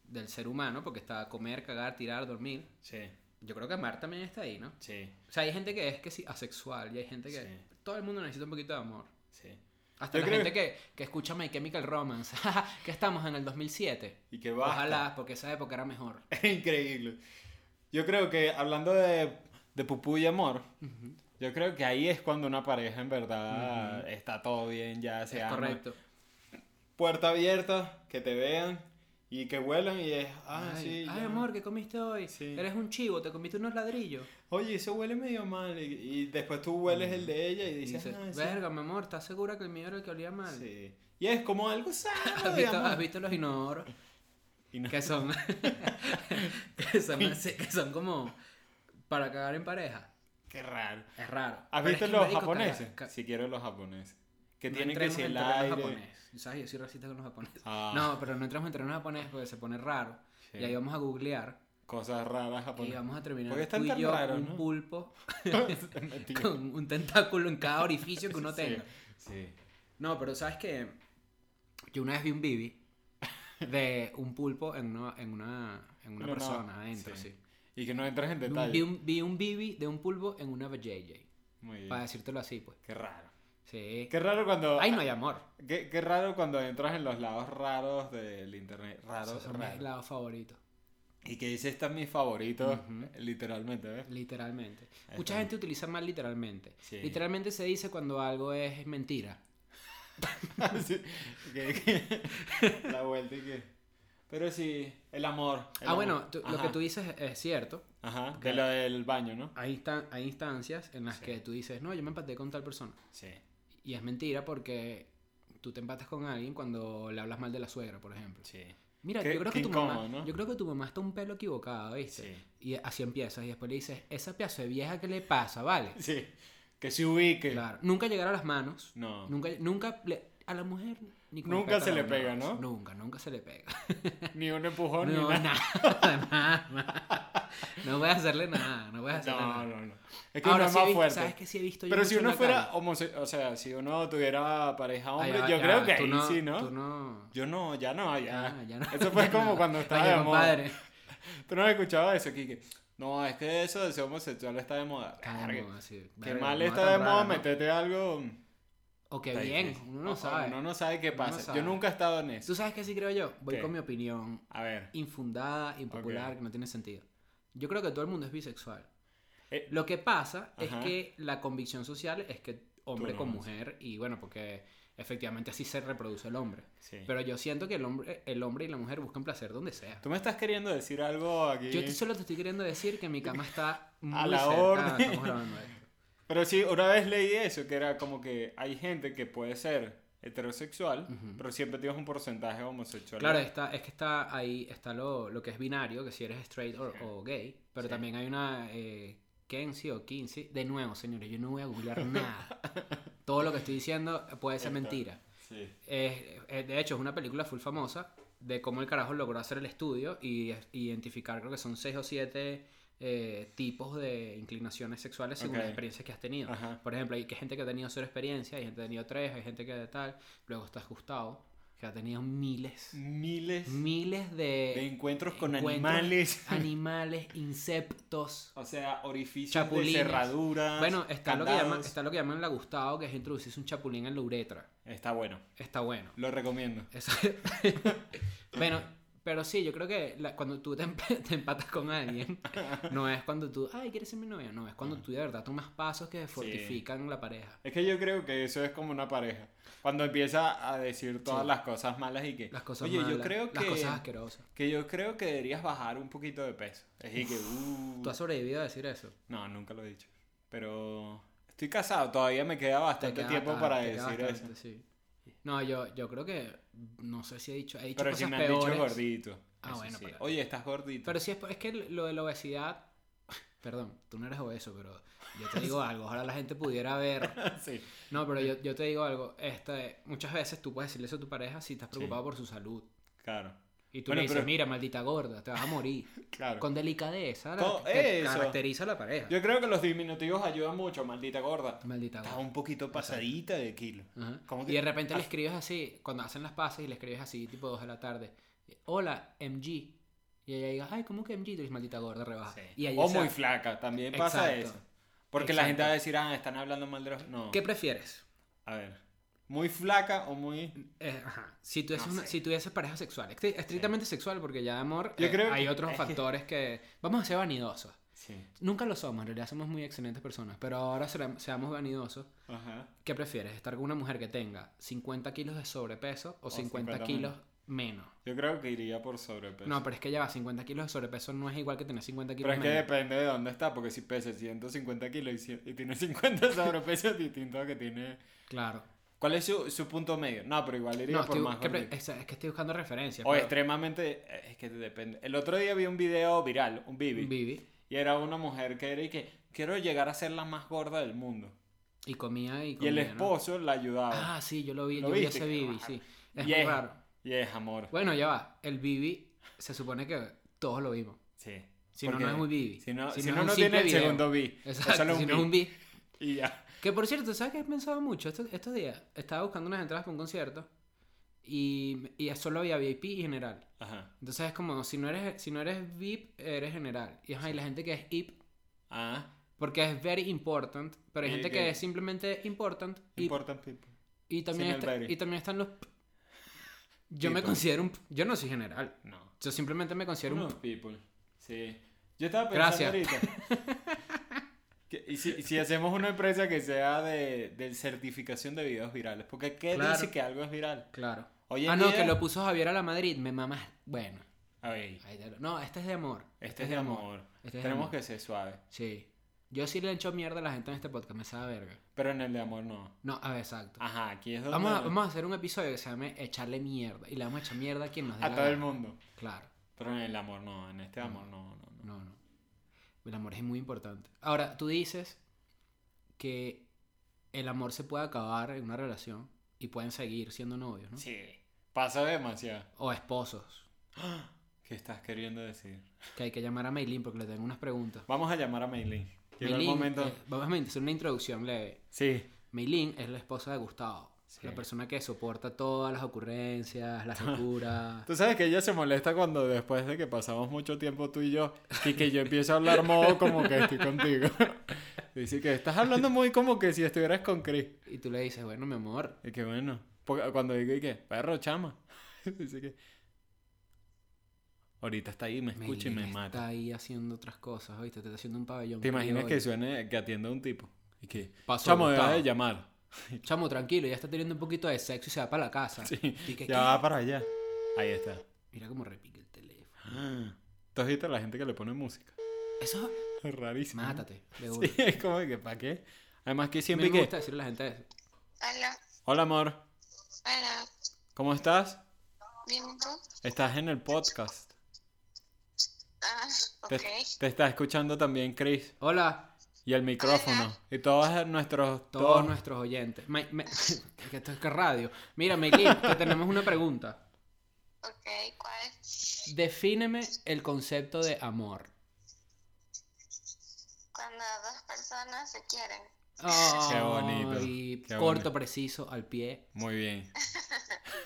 Speaker 2: del ser humano, porque está comer, cagar, tirar, dormir.
Speaker 3: Sí,
Speaker 2: Yo creo que amar también está ahí, ¿no?
Speaker 3: sí,
Speaker 2: O sea, hay gente que es que sí, asexual, y hay gente que...
Speaker 3: Sí.
Speaker 2: Todo el mundo necesita un poquito de amor.
Speaker 3: sí.
Speaker 2: Hasta
Speaker 3: Yo
Speaker 2: la
Speaker 3: creo-
Speaker 2: gente que, que escucha My Chemical Romance, que estamos en el 2007.
Speaker 3: Y que basta.
Speaker 2: Ojalá, porque esa época era mejor.
Speaker 3: Es increíble. Yo creo que hablando de, de pupú y amor, yo creo que ahí es cuando una pareja en verdad está todo bien, ya se
Speaker 2: es
Speaker 3: ama.
Speaker 2: correcto.
Speaker 3: puerta abierta, que te vean Y que vuelan y es, ah,
Speaker 2: ay,
Speaker 3: sí.
Speaker 2: ay,
Speaker 3: ya.
Speaker 2: amor, ¿qué comiste hoy?
Speaker 3: Sí.
Speaker 2: Eres un chivo, te comiste unos ladrillos.
Speaker 3: Oye, eso huele medio mal. Y, y después tú hueles el de ella y
Speaker 2: Mm. Y
Speaker 3: dices,
Speaker 2: dices,
Speaker 3: ah, sí.
Speaker 2: verga, mi amor, ¿estás segura que el mío era el que olía mal?
Speaker 3: Sí. Y es como algo sano,
Speaker 2: ¿Has, visto,
Speaker 3: digamos.
Speaker 2: has visto los inodoros?
Speaker 3: Y no-
Speaker 2: Que son, que, son así, que son como para cagar en pareja.
Speaker 3: Qué raro.
Speaker 2: Es raro.
Speaker 3: ¿Has
Speaker 2: Pero es
Speaker 3: visto
Speaker 2: que,
Speaker 3: los
Speaker 2: marico,
Speaker 3: japoneses?
Speaker 2: cagar- ca-
Speaker 3: Si quiero los japoneses. Que
Speaker 2: no
Speaker 3: tienen que
Speaker 2: entremos
Speaker 3: ser
Speaker 2: en
Speaker 3: el
Speaker 2: terreno
Speaker 3: aire.
Speaker 2: japonés. ¿Sabes? Yo soy racista con los japoneses.
Speaker 3: Ah,
Speaker 2: No, pero no entramos en terreno japonés porque se pone raro.
Speaker 3: sí.
Speaker 2: Y ahí vamos a googlear
Speaker 3: Cosas raras
Speaker 2: y
Speaker 3: japonesas.
Speaker 2: vamos a terminar
Speaker 3: Porque están
Speaker 2: tú y
Speaker 3: tan
Speaker 2: yo,
Speaker 3: raros,
Speaker 2: un
Speaker 3: ¿no?
Speaker 2: pulpo
Speaker 3: Se metió.
Speaker 2: con un tentáculo en cada orificio que uno
Speaker 3: Sí,
Speaker 2: tenga.
Speaker 3: Sí.
Speaker 2: No, pero ¿sabes qué? Yo una vez vi un bibi de un pulpo en una, en una, en una
Speaker 3: No, no,
Speaker 2: persona adentro,
Speaker 3: sí.
Speaker 2: sí.
Speaker 3: Y que no entras en
Speaker 2: Vi un-
Speaker 3: detalle.
Speaker 2: Vi un, vi un bibi de un pulpo en una vajayjay.
Speaker 3: Muy bien.
Speaker 2: Para decírtelo así, pues.
Speaker 3: Qué raro.
Speaker 2: Sí.
Speaker 3: Qué raro cuando.
Speaker 2: Ay, no hay amor.
Speaker 3: Qué, qué raro cuando entras en los lados raros del internet.
Speaker 2: Esos
Speaker 3: Raros,
Speaker 2: son mis
Speaker 3: raros.
Speaker 2: lados favoritos.
Speaker 3: Y que dices, están mis favoritos, eh,
Speaker 2: Ujú.
Speaker 3: literalmente, ¿ves?
Speaker 2: Literalmente.
Speaker 3: Ahí
Speaker 2: Mucha
Speaker 3: está.
Speaker 2: gente utiliza mal literalmente.
Speaker 3: Sí.
Speaker 2: Literalmente se dice cuando algo es mentira.
Speaker 3: Sí, que- que- la vuelta y que. Pero sí, el amor. el
Speaker 2: ah,
Speaker 3: amor.
Speaker 2: bueno, tú- lo
Speaker 3: Ajá,
Speaker 2: que tú dices es- es cierto.
Speaker 3: Ajá, de lo del baño, ¿no?
Speaker 2: Hay, instan- hay instancias en las
Speaker 3: Sí.
Speaker 2: que tú dices, no, yo me empaté con tal persona.
Speaker 3: Sí.
Speaker 2: Y es mentira porque tú te empatas con alguien cuando le hablas mal de la suegra, por ejemplo.
Speaker 3: Sí.
Speaker 2: Mira,
Speaker 3: Qué-
Speaker 2: yo creo,
Speaker 3: qué
Speaker 2: que tu mamá,
Speaker 3: incómodo, ¿no?
Speaker 2: yo creo que tu mamá está un pelo equivocado, ¿viste?
Speaker 3: Sí.
Speaker 2: Y así empiezas. Y después le dices, esa pieza de vieja, ¿qué le pasa? Vale.
Speaker 3: Sí. Que se ubique.
Speaker 2: Claro. Nunca llegar a las manos.
Speaker 3: No.
Speaker 2: Nunca, nunca le- a la mujer ni con
Speaker 3: Nunca
Speaker 2: respeto a
Speaker 3: se
Speaker 2: la
Speaker 3: le
Speaker 2: mujer.
Speaker 3: pega, ¿no?
Speaker 2: Nunca, nunca se le pega.
Speaker 3: Ni un empujón,
Speaker 2: no,
Speaker 3: ni nada.
Speaker 2: nada. nada. No voy a hacerle nada, no voy a hacerle
Speaker 3: No,
Speaker 2: nada.
Speaker 3: no, no. Es que
Speaker 2: Ahora
Speaker 3: uno es
Speaker 2: sí he
Speaker 3: más
Speaker 2: visto-
Speaker 3: fuerte.
Speaker 2: ¿Sabes que sí he visto yo
Speaker 3: Pero
Speaker 2: mucho
Speaker 3: si
Speaker 2: en
Speaker 3: uno
Speaker 2: la
Speaker 3: fuera
Speaker 2: calle?
Speaker 3: homosexual, o sea, si uno tuviera pareja
Speaker 2: Ah,
Speaker 3: hombre,
Speaker 2: ya,
Speaker 3: yo
Speaker 2: ya,
Speaker 3: creo que
Speaker 2: tú
Speaker 3: ahí sí, ¿no?
Speaker 2: tú no.
Speaker 3: Yo no, ya no, ya.
Speaker 2: Ah, ya no.
Speaker 3: Eso fue
Speaker 2: ya
Speaker 3: como
Speaker 2: no.
Speaker 3: cuando estaba
Speaker 2: Oye,
Speaker 3: de moda.
Speaker 2: compadre.
Speaker 3: Tú no has escuchado eso, Kike. No, es que eso de ser homosexual está de moda.
Speaker 2: Está de
Speaker 3: Verga.
Speaker 2: moda, sí.
Speaker 3: Qué
Speaker 2: Ah, Verga,
Speaker 3: mal
Speaker 2: no
Speaker 3: está
Speaker 2: tan
Speaker 3: de
Speaker 2: rara,
Speaker 3: moda
Speaker 2: ¿no?
Speaker 3: meterte algo.
Speaker 2: O qué
Speaker 3: Está
Speaker 2: bien,
Speaker 3: difícil.
Speaker 2: uno no
Speaker 3: Ojo,
Speaker 2: sabe.
Speaker 3: Uno no sabe qué
Speaker 2: no
Speaker 3: pasa.
Speaker 2: sabe.
Speaker 3: Yo nunca he estado en eso.
Speaker 2: ¿Tú sabes qué sí creo yo? Voy
Speaker 3: ¿Qué?
Speaker 2: con mi opinión
Speaker 3: A ver.
Speaker 2: infundada, impopular,
Speaker 3: Ok.
Speaker 2: que no tiene sentido. Yo creo que todo el mundo es bisexual.
Speaker 3: Eh,
Speaker 2: Lo que pasa es
Speaker 3: Ajá.
Speaker 2: que la convicción social es que hombre
Speaker 3: no
Speaker 2: con
Speaker 3: eres.
Speaker 2: mujer, y bueno, porque efectivamente así se reproduce el hombre.
Speaker 3: sí.
Speaker 2: Pero yo siento que el hombre, el hombre y la mujer buscan placer donde sea.
Speaker 3: Tú me estás queriendo decir algo aquí.
Speaker 2: Yo te- solo te estoy queriendo decir que mi cama está muy
Speaker 3: la
Speaker 2: cerca.
Speaker 3: orden.
Speaker 2: Estamos grabando esto.
Speaker 3: Pero sí, una vez leí eso, que era como que hay gente que puede ser heterosexual,
Speaker 2: Ujú.
Speaker 3: pero siempre tienes un porcentaje homosexual.
Speaker 2: Claro, está, es que está ahí está lo, lo que es binario, que si eres straight or-
Speaker 3: Sí.
Speaker 2: o gay, pero
Speaker 3: Sí.
Speaker 2: también hay una eh, Kenzie o Kinsey. De nuevo, señores, yo no voy a googlear nada. Todo lo que estoy diciendo puede ser
Speaker 3: Está.
Speaker 2: mentira.
Speaker 3: Sí.
Speaker 2: Es- es- de hecho, es una película full famosa de cómo el carajo logró hacer el estudio y es- identificar, creo que son seis o siete eh, tipos de inclinaciones sexuales según
Speaker 3: Ok.
Speaker 2: las experiencias que has tenido.
Speaker 3: Ajá.
Speaker 2: Por ejemplo, hay que gente que ha tenido cero experiencia, hay gente que ha tenido tres, hay gente que de tal. Luego está Gustavo, que ha tenido miles,
Speaker 3: Miles
Speaker 2: miles
Speaker 3: de
Speaker 2: de
Speaker 3: encuentros con
Speaker 2: encuentros,
Speaker 3: animales.
Speaker 2: animales, insectos.
Speaker 3: O sea, orificios
Speaker 2: Chapulines.
Speaker 3: de cerraduras.
Speaker 2: Bueno, está lo, que llaman,
Speaker 3: candados.
Speaker 2: está lo que llaman la Gustavo, que es introducirse un chapulín en la uretra.
Speaker 3: Está bueno.
Speaker 2: Está bueno.
Speaker 3: Lo recomiendo.
Speaker 2: Eso- bueno, pero sí, yo creo que la- cuando tú te, emp- te empatas con alguien, no es cuando tú, ay, ¿quieres ser mi novia? No, es
Speaker 3: Ah.
Speaker 2: cuando tú de verdad tomas pasos que fortifican la pareja.
Speaker 3: Es que yo creo que eso es como una pareja. Cuando empieza a decir todas
Speaker 2: Sí.
Speaker 3: las cosas malas y que.
Speaker 2: Las cosas
Speaker 3: Oye, yo
Speaker 2: malas,
Speaker 3: creo que.
Speaker 2: las cosas asquerosas.
Speaker 3: Que yo creo que deberías bajar un poquito de peso. Es decir, que. uh,
Speaker 2: Tú has sobrevivido a decir eso.
Speaker 3: No, nunca lo he dicho. Pero. Estoy casado, todavía me queda
Speaker 2: Te
Speaker 3: bastante
Speaker 2: queda
Speaker 3: tiempo
Speaker 2: bastante,
Speaker 3: para
Speaker 2: te queda
Speaker 3: decir
Speaker 2: bastante,
Speaker 3: eso.
Speaker 2: sí. No, yo, yo creo que, no sé si he dicho, he dicho
Speaker 3: Pero
Speaker 2: cosas
Speaker 3: si me han
Speaker 2: peores.
Speaker 3: dicho gordito.
Speaker 2: Ah,
Speaker 3: eso
Speaker 2: bueno,
Speaker 3: sí.
Speaker 2: pero-
Speaker 3: Oye, estás gordito.
Speaker 2: Pero sí, es, es que lo de la obesidad, perdón, tú no eres obeso, pero yo te digo algo, ojalá la gente pudiera ver
Speaker 3: sí.
Speaker 2: No, pero yo, yo te digo algo. Este, muchas veces tú puedes decirle eso a tu pareja si estás preocupado por su salud.
Speaker 3: Claro.
Speaker 2: Y tú
Speaker 3: Bueno,
Speaker 2: le dices,
Speaker 3: pero-
Speaker 2: mira, maldita gorda, te vas a morir.
Speaker 3: Claro.
Speaker 2: Con delicadeza, la
Speaker 3: Con
Speaker 2: que te
Speaker 3: eso.
Speaker 2: caracteriza a la pareja.
Speaker 3: Yo creo que los diminutivos ayudan mucho, maldita gorda.
Speaker 2: Maldita
Speaker 3: Estás
Speaker 2: gorda.
Speaker 3: un poquito pasadita de kilo.
Speaker 2: Ajá.
Speaker 3: ¿Cómo que-
Speaker 2: Y de repente
Speaker 3: Ah.
Speaker 2: le escribes así, cuando hacen las pases y le escribes así, tipo 2 de la tarde. Hola, MG. Y ella diga, ay, ¿cómo que MG? Y tú dices, maldita gorda, rebaja. Ah, Y ahí
Speaker 3: o
Speaker 2: esa-
Speaker 3: muy flaca, también pasa
Speaker 2: Exacto.
Speaker 3: eso. Porque la gente
Speaker 2: Exacto.
Speaker 3: va a decir, ah, están hablando mal de los... No,
Speaker 2: ¿Qué prefieres?
Speaker 3: a ver. Muy flaca o muy...
Speaker 2: Eh, ajá. Si tuvieses,
Speaker 3: No
Speaker 2: una-
Speaker 3: sé.
Speaker 2: si tuvieses pareja sexual, estri- estrictamente sexual, porque ya de amor
Speaker 3: Yo
Speaker 2: eh,
Speaker 3: creo
Speaker 2: hay
Speaker 3: que-
Speaker 2: otros
Speaker 3: es que-
Speaker 2: factores que... Vamos a ser vanidosos.
Speaker 3: Sí.
Speaker 2: Nunca lo somos, en realidad somos muy excelentes personas, pero ahora será- seamos vanidosos.
Speaker 3: Ajá.
Speaker 2: ¿Qué prefieres? ¿Estar con una mujer que tenga 50 kilos de sobrepeso o, 50,
Speaker 3: 50
Speaker 2: kilos menos.
Speaker 3: Yo creo que iría por sobrepeso.
Speaker 2: No, pero es que ya va, 50 kilos de sobrepeso no es igual que tener 50
Speaker 3: pero
Speaker 2: kilos
Speaker 3: es que
Speaker 2: menos.
Speaker 3: depende de dónde está, porque si pesa 150 kilos y, cien- y tiene 50 sobrepeso es distinto a que tiene...
Speaker 2: Claro.
Speaker 3: ¿Cuál es su, su punto medio? No, pero igual iría
Speaker 2: No,
Speaker 3: por
Speaker 2: estoy-
Speaker 3: más
Speaker 2: que pre-
Speaker 3: gordito.
Speaker 2: es, es que estoy buscando referencias.
Speaker 3: O
Speaker 2: pero-
Speaker 3: extremadamente... Es que depende. El otro día vi un video viral, un bibi,
Speaker 2: Vivi.
Speaker 3: y era una mujer que era y que quiero llegar a ser la más gorda del mundo.
Speaker 2: Y comía y
Speaker 3: Y
Speaker 2: comía.
Speaker 3: el
Speaker 2: ¿no?
Speaker 3: esposo la ayudaba.
Speaker 2: Ah, sí, yo lo vi,
Speaker 3: ¿Lo
Speaker 2: yo vi
Speaker 3: viste?
Speaker 2: ese
Speaker 3: Qué
Speaker 2: Bibi,
Speaker 3: raro.
Speaker 2: sí. Es
Speaker 3: y
Speaker 2: muy
Speaker 3: es-
Speaker 2: raro.
Speaker 3: Y es amor.
Speaker 2: Bueno, ya va. El Bibi se supone que todos lo vimos.
Speaker 3: Sí.
Speaker 2: Si no,
Speaker 3: Porque
Speaker 2: no es muy bibi.
Speaker 3: Si no,
Speaker 2: Si
Speaker 3: si
Speaker 2: no
Speaker 3: no,
Speaker 2: es
Speaker 3: no
Speaker 2: un
Speaker 3: tiene
Speaker 2: simple
Speaker 3: el
Speaker 2: video.
Speaker 3: segundo bi. Es
Speaker 2: Exacto,
Speaker 3: solo un
Speaker 2: si no es
Speaker 3: bi.
Speaker 2: un Bibi.
Speaker 3: Y ya.
Speaker 2: Que por cierto, ¿sabes qué he pensado mucho? Estos, estos días estaba buscando unas entradas para un concierto y, y solo había VIP y general.
Speaker 3: Ajá.
Speaker 2: Entonces es como, si no eres, si no eres VIP, eres general. Y, ajá, y la gente que es IP,
Speaker 3: Ah.
Speaker 2: porque es very important, pero hay
Speaker 3: Y
Speaker 2: gente
Speaker 3: que-
Speaker 2: que es simplemente important. IP,
Speaker 3: Important people.
Speaker 2: y, también
Speaker 3: sin el
Speaker 2: está-
Speaker 3: very.
Speaker 2: y también están los... p. Yo me
Speaker 3: People.
Speaker 2: considero un... p- Yo no soy general.
Speaker 3: No.
Speaker 2: Yo simplemente me considero un...
Speaker 3: Unos
Speaker 2: p-
Speaker 3: people. Sí. Yo estaba pensando
Speaker 2: Gracias.
Speaker 3: ahorita. que- y si, si hacemos una empresa que sea de, de certificación de videos virales. Porque ¿qué
Speaker 2: Claro.
Speaker 3: dice que algo es viral?
Speaker 2: Claro.
Speaker 3: Hoy en
Speaker 2: ah, no,
Speaker 3: día-
Speaker 2: que lo puso Javier a la Madrid. Me mamas... Bueno.
Speaker 3: A ver,
Speaker 2: ahí te lo- No, este es de amor.
Speaker 3: este es de amor.
Speaker 2: Este es de
Speaker 3: Tenemos
Speaker 2: amor.
Speaker 3: que ser suave.
Speaker 2: Sí. Yo sí le he hecho mierda a la gente en este podcast, me sabe verga.
Speaker 3: Pero en el de amor no.
Speaker 2: No, a ver, exacto.
Speaker 3: Ajá, aquí es donde.
Speaker 2: Vamos a, vamos a hacer un episodio que se llame Echarle mierda. Y le vamos a echar mierda a quien nos dé
Speaker 3: a
Speaker 2: la
Speaker 3: todo el
Speaker 2: gana.
Speaker 3: mundo.
Speaker 2: Claro,
Speaker 3: Pero en el amor no. En este amor no. no, no.
Speaker 2: no, no. El amor es muy importante. Ahora, tú dices que el amor se puede acabar en una relación y pueden seguir siendo novios, ¿no?
Speaker 3: Sí. Pasa demasiado.
Speaker 2: O esposos.
Speaker 3: ¿Qué estás queriendo decir?
Speaker 2: Que hay que llamar a Maylin porque le tengo unas preguntas.
Speaker 3: Vamos a llamar a Maylin. Llegó el
Speaker 2: Maylin,
Speaker 3: momento.
Speaker 2: eh, vamos a hacer una introducción leve.
Speaker 3: Sí.
Speaker 2: Meilín es la esposa de Gustavo.
Speaker 3: Sí.
Speaker 2: La persona que soporta todas las ocurrencias, las locuras.
Speaker 3: Tú sabes que ella se molesta cuando después de que pasamos mucho tiempo tú y yo, y que yo empiezo a hablar modo como que estoy contigo. Dice que estás hablando muy como que si estuvieras con Chris.
Speaker 2: Y tú le dices, bueno, mi amor,
Speaker 3: Y que bueno. Porque cuando digo y que, perro, chama. Dice que. Ahorita está ahí, me escucha y
Speaker 2: Meilín
Speaker 3: me
Speaker 2: está
Speaker 3: mata.
Speaker 2: ahí haciendo otras cosas, ¿viste? Te está haciendo un pabellón.
Speaker 3: ¿Te imaginas
Speaker 2: criollo.
Speaker 3: que suene, que atienda un tipo? Y que.
Speaker 2: Pasó,
Speaker 3: Chamo,
Speaker 2: Gustavo.
Speaker 3: deja de llamar.
Speaker 2: Chamo, tranquilo, ya está teniendo un poquito de sexo y se va para la casa.
Speaker 3: Sí.
Speaker 2: Y que,
Speaker 3: Ya
Speaker 2: ¿qué?
Speaker 3: va para allá. Ahí está.
Speaker 2: Mira cómo repica el teléfono.
Speaker 3: ¿Tú has visto a la gente que le pone música?
Speaker 2: Eso,
Speaker 3: Es rarísimo.
Speaker 2: mátate. De una.
Speaker 3: Sí, es como que, ¿para qué? Además que
Speaker 2: A mí
Speaker 3: siempre
Speaker 2: me
Speaker 3: que...
Speaker 2: gusta decirle a la gente eso.
Speaker 4: Hola,
Speaker 3: Hola, amor.
Speaker 4: hola,
Speaker 3: ¿Cómo estás?
Speaker 4: ¿bien tú?
Speaker 3: Estás en el podcast.
Speaker 4: Ah,
Speaker 3: Te,
Speaker 4: ok.
Speaker 3: te está escuchando también Chris.
Speaker 2: Hola,
Speaker 3: Y el micrófono. Y todos
Speaker 2: todos
Speaker 3: nuestros... todos-
Speaker 2: nuestros oyentes. Ma- me- que esto es que radio. Mira, Meilín, que tenemos una pregunta.
Speaker 4: Ok, ¿cuál?
Speaker 2: Defíneme el concepto de amor.
Speaker 4: Cuando dos personas se quieren.
Speaker 3: Qué bonito,
Speaker 2: Ay,
Speaker 3: qué
Speaker 2: corto,
Speaker 3: bonito.
Speaker 2: preciso, al pie.
Speaker 3: Muy bien.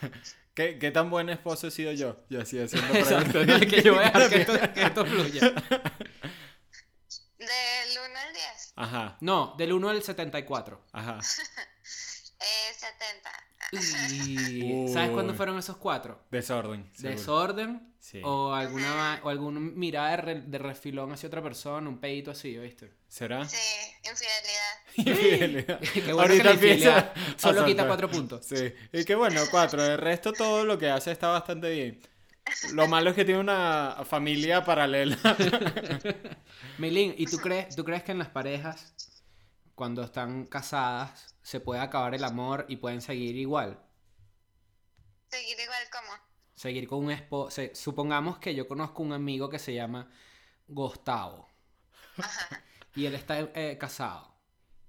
Speaker 3: ¿Qué, qué tan buen esposo he sido yo? Yo así haciendo
Speaker 2: Exacto,
Speaker 3: preguntas.
Speaker 2: que yo voy a dejar que esto, que esto fluya.
Speaker 4: Del 1 al 10,
Speaker 3: Ajá,
Speaker 2: No, del 1 al 74.
Speaker 3: ajá.
Speaker 4: eh, 70.
Speaker 2: Y, ¿Sabes
Speaker 3: Uy.
Speaker 2: cuándo fueron esos cuatro?
Speaker 3: Desorden. seguro.
Speaker 2: ¿Desorden?
Speaker 3: Sí.
Speaker 2: O alguna va- o alguna mirada de, re- de refilón hacia otra persona, un pedito así, ¿viste?
Speaker 3: ¿Será?
Speaker 4: Sí, infidelidad.
Speaker 3: Infidelidad.
Speaker 2: Qué bueno que la infidelidad
Speaker 3: empieza a
Speaker 2: solo quita
Speaker 3: soltar.
Speaker 2: cuatro puntos.
Speaker 3: Sí, y que bueno, cuatro. El resto todo lo que hace está bastante bien. Lo malo es que tiene una familia paralela.
Speaker 2: Milín, ¿y tú crees, tú crees que en las parejas, cuando están casadas, se puede acabar el amor y pueden seguir igual?
Speaker 4: Seguir igual como.
Speaker 2: seguir con un esposo. Supongamos que yo conozco un amigo que se llama Gustavo. y él está eh, casado.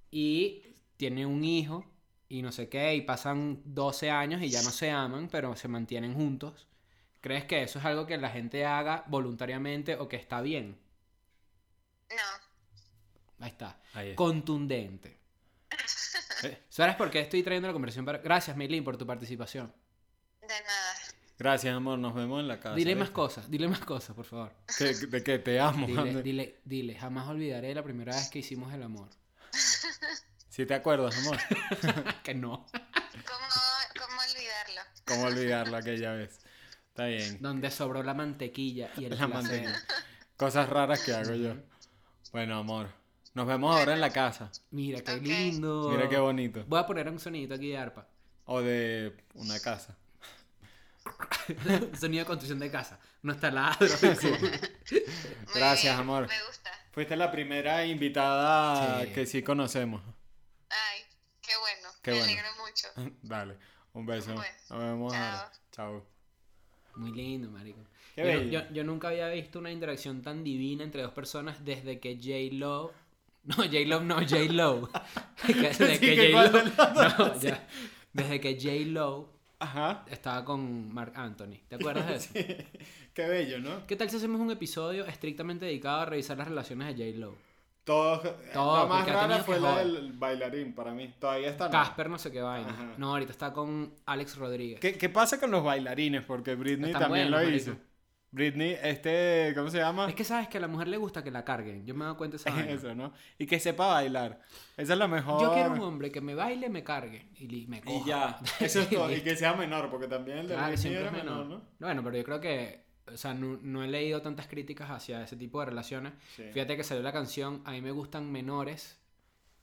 Speaker 2: Y tiene un hijo y no sé qué. Y pasan 12 años y ya no se aman, pero se mantienen juntos. ¿Crees que eso es algo que la gente haga voluntariamente o que está bien?
Speaker 4: No,
Speaker 2: Ahí está.
Speaker 3: Ahí está.
Speaker 2: Contundente.
Speaker 3: Eh.
Speaker 2: ¿Sabes por qué estoy trayendo la conversación? para- Gracias, Meilín, por tu participación.
Speaker 4: de nada.
Speaker 3: Gracias, amor, nos vemos en la casa.
Speaker 2: Dile
Speaker 3: ¿viste?
Speaker 2: más cosas, dile más cosas, por favor.
Speaker 3: Que- de que te amo.
Speaker 2: Dile,
Speaker 3: Ander.
Speaker 2: dile, dile, jamás olvidaré la primera vez que hicimos el amor.
Speaker 3: Si te acuerdas, amor.
Speaker 2: que no.
Speaker 4: ¿Cómo, cómo olvidarlo?
Speaker 3: ¿Cómo olvidarlo aquella vez? Está bien.
Speaker 2: Donde sobró la mantequilla y el
Speaker 3: La
Speaker 2: placer.
Speaker 3: mantequilla. Cosas raras que hago yo. Bueno, amor. Nos vemos ahora en la casa.
Speaker 2: Mira qué
Speaker 4: Ok.
Speaker 2: lindo.
Speaker 3: Mira qué bonito.
Speaker 2: Voy a poner un sonidito aquí de arpa.
Speaker 3: O de una casa.
Speaker 2: Un Sonido de construcción de casa. No está ladro. sí.
Speaker 4: Muy
Speaker 3: Gracias,
Speaker 4: bien,
Speaker 3: amor.
Speaker 4: Me gusta.
Speaker 3: Fuiste la primera invitada
Speaker 2: Sí.
Speaker 3: que sí conocemos.
Speaker 4: Ay, qué bueno.
Speaker 3: Qué
Speaker 4: me
Speaker 3: bueno.
Speaker 4: alegro mucho.
Speaker 3: Dale, un beso.
Speaker 4: Bueno,
Speaker 3: Nos vemos.
Speaker 4: chao.
Speaker 3: ahora. Chao.
Speaker 2: Muy lindo, marico.
Speaker 3: Qué
Speaker 2: yo, no-
Speaker 3: bello.
Speaker 2: yo- yo nunca había visto una interacción tan divina entre dos personas desde que J. Lo. No, J. Lo, no, J. Lo. desde
Speaker 3: Sí, que
Speaker 2: que J.
Speaker 3: cuando
Speaker 2: Lo.
Speaker 3: lo-
Speaker 2: No, ya. Desde que J. Lo
Speaker 3: Ajá.
Speaker 2: estaba con Mark Anthony. ¿Te acuerdas de eso?
Speaker 3: Qué bello, ¿no?
Speaker 2: ¿Qué tal si hacemos un episodio estrictamente dedicado a revisar las relaciones de J. Lo?
Speaker 3: Todos.
Speaker 2: Todo,
Speaker 3: la eh, más
Speaker 2: porque ha
Speaker 3: rara
Speaker 2: tenido
Speaker 3: fue
Speaker 2: que
Speaker 3: la
Speaker 2: joder.
Speaker 3: del bailarín para mí. Todavía está. Ah, ¿no?
Speaker 2: Casper no sé qué vaina.
Speaker 3: Ajá.
Speaker 2: No, ahorita está con Alex Rodríguez.
Speaker 3: ¿Qué, qué pasa con los bailarines? Porque Britney
Speaker 2: Están
Speaker 3: también
Speaker 2: buenos,
Speaker 3: lo
Speaker 2: marico.
Speaker 3: hizo. Britney, este, ¿cómo se llama?
Speaker 2: Es que sabes que a la mujer le gusta que la carguen. Yo me he dado cuenta de esa vaina.
Speaker 3: Eso, ¿no? Y que sepa bailar. Esa es la mejor.
Speaker 2: Yo quiero un hombre que me baile, me cargue y li- me coja.
Speaker 3: Y ya. Eso es todo. y
Speaker 2: Listo.
Speaker 3: que sea menor, porque también el de
Speaker 2: Claro,
Speaker 3: Britney
Speaker 2: siempre
Speaker 3: era
Speaker 2: es menor.
Speaker 3: menor, ¿no?
Speaker 2: Bueno, pero yo creo que, o sea, no, no he leído tantas críticas hacia ese tipo de relaciones.
Speaker 3: Sí.
Speaker 2: Fíjate que salió la canción A mí me gustan menores.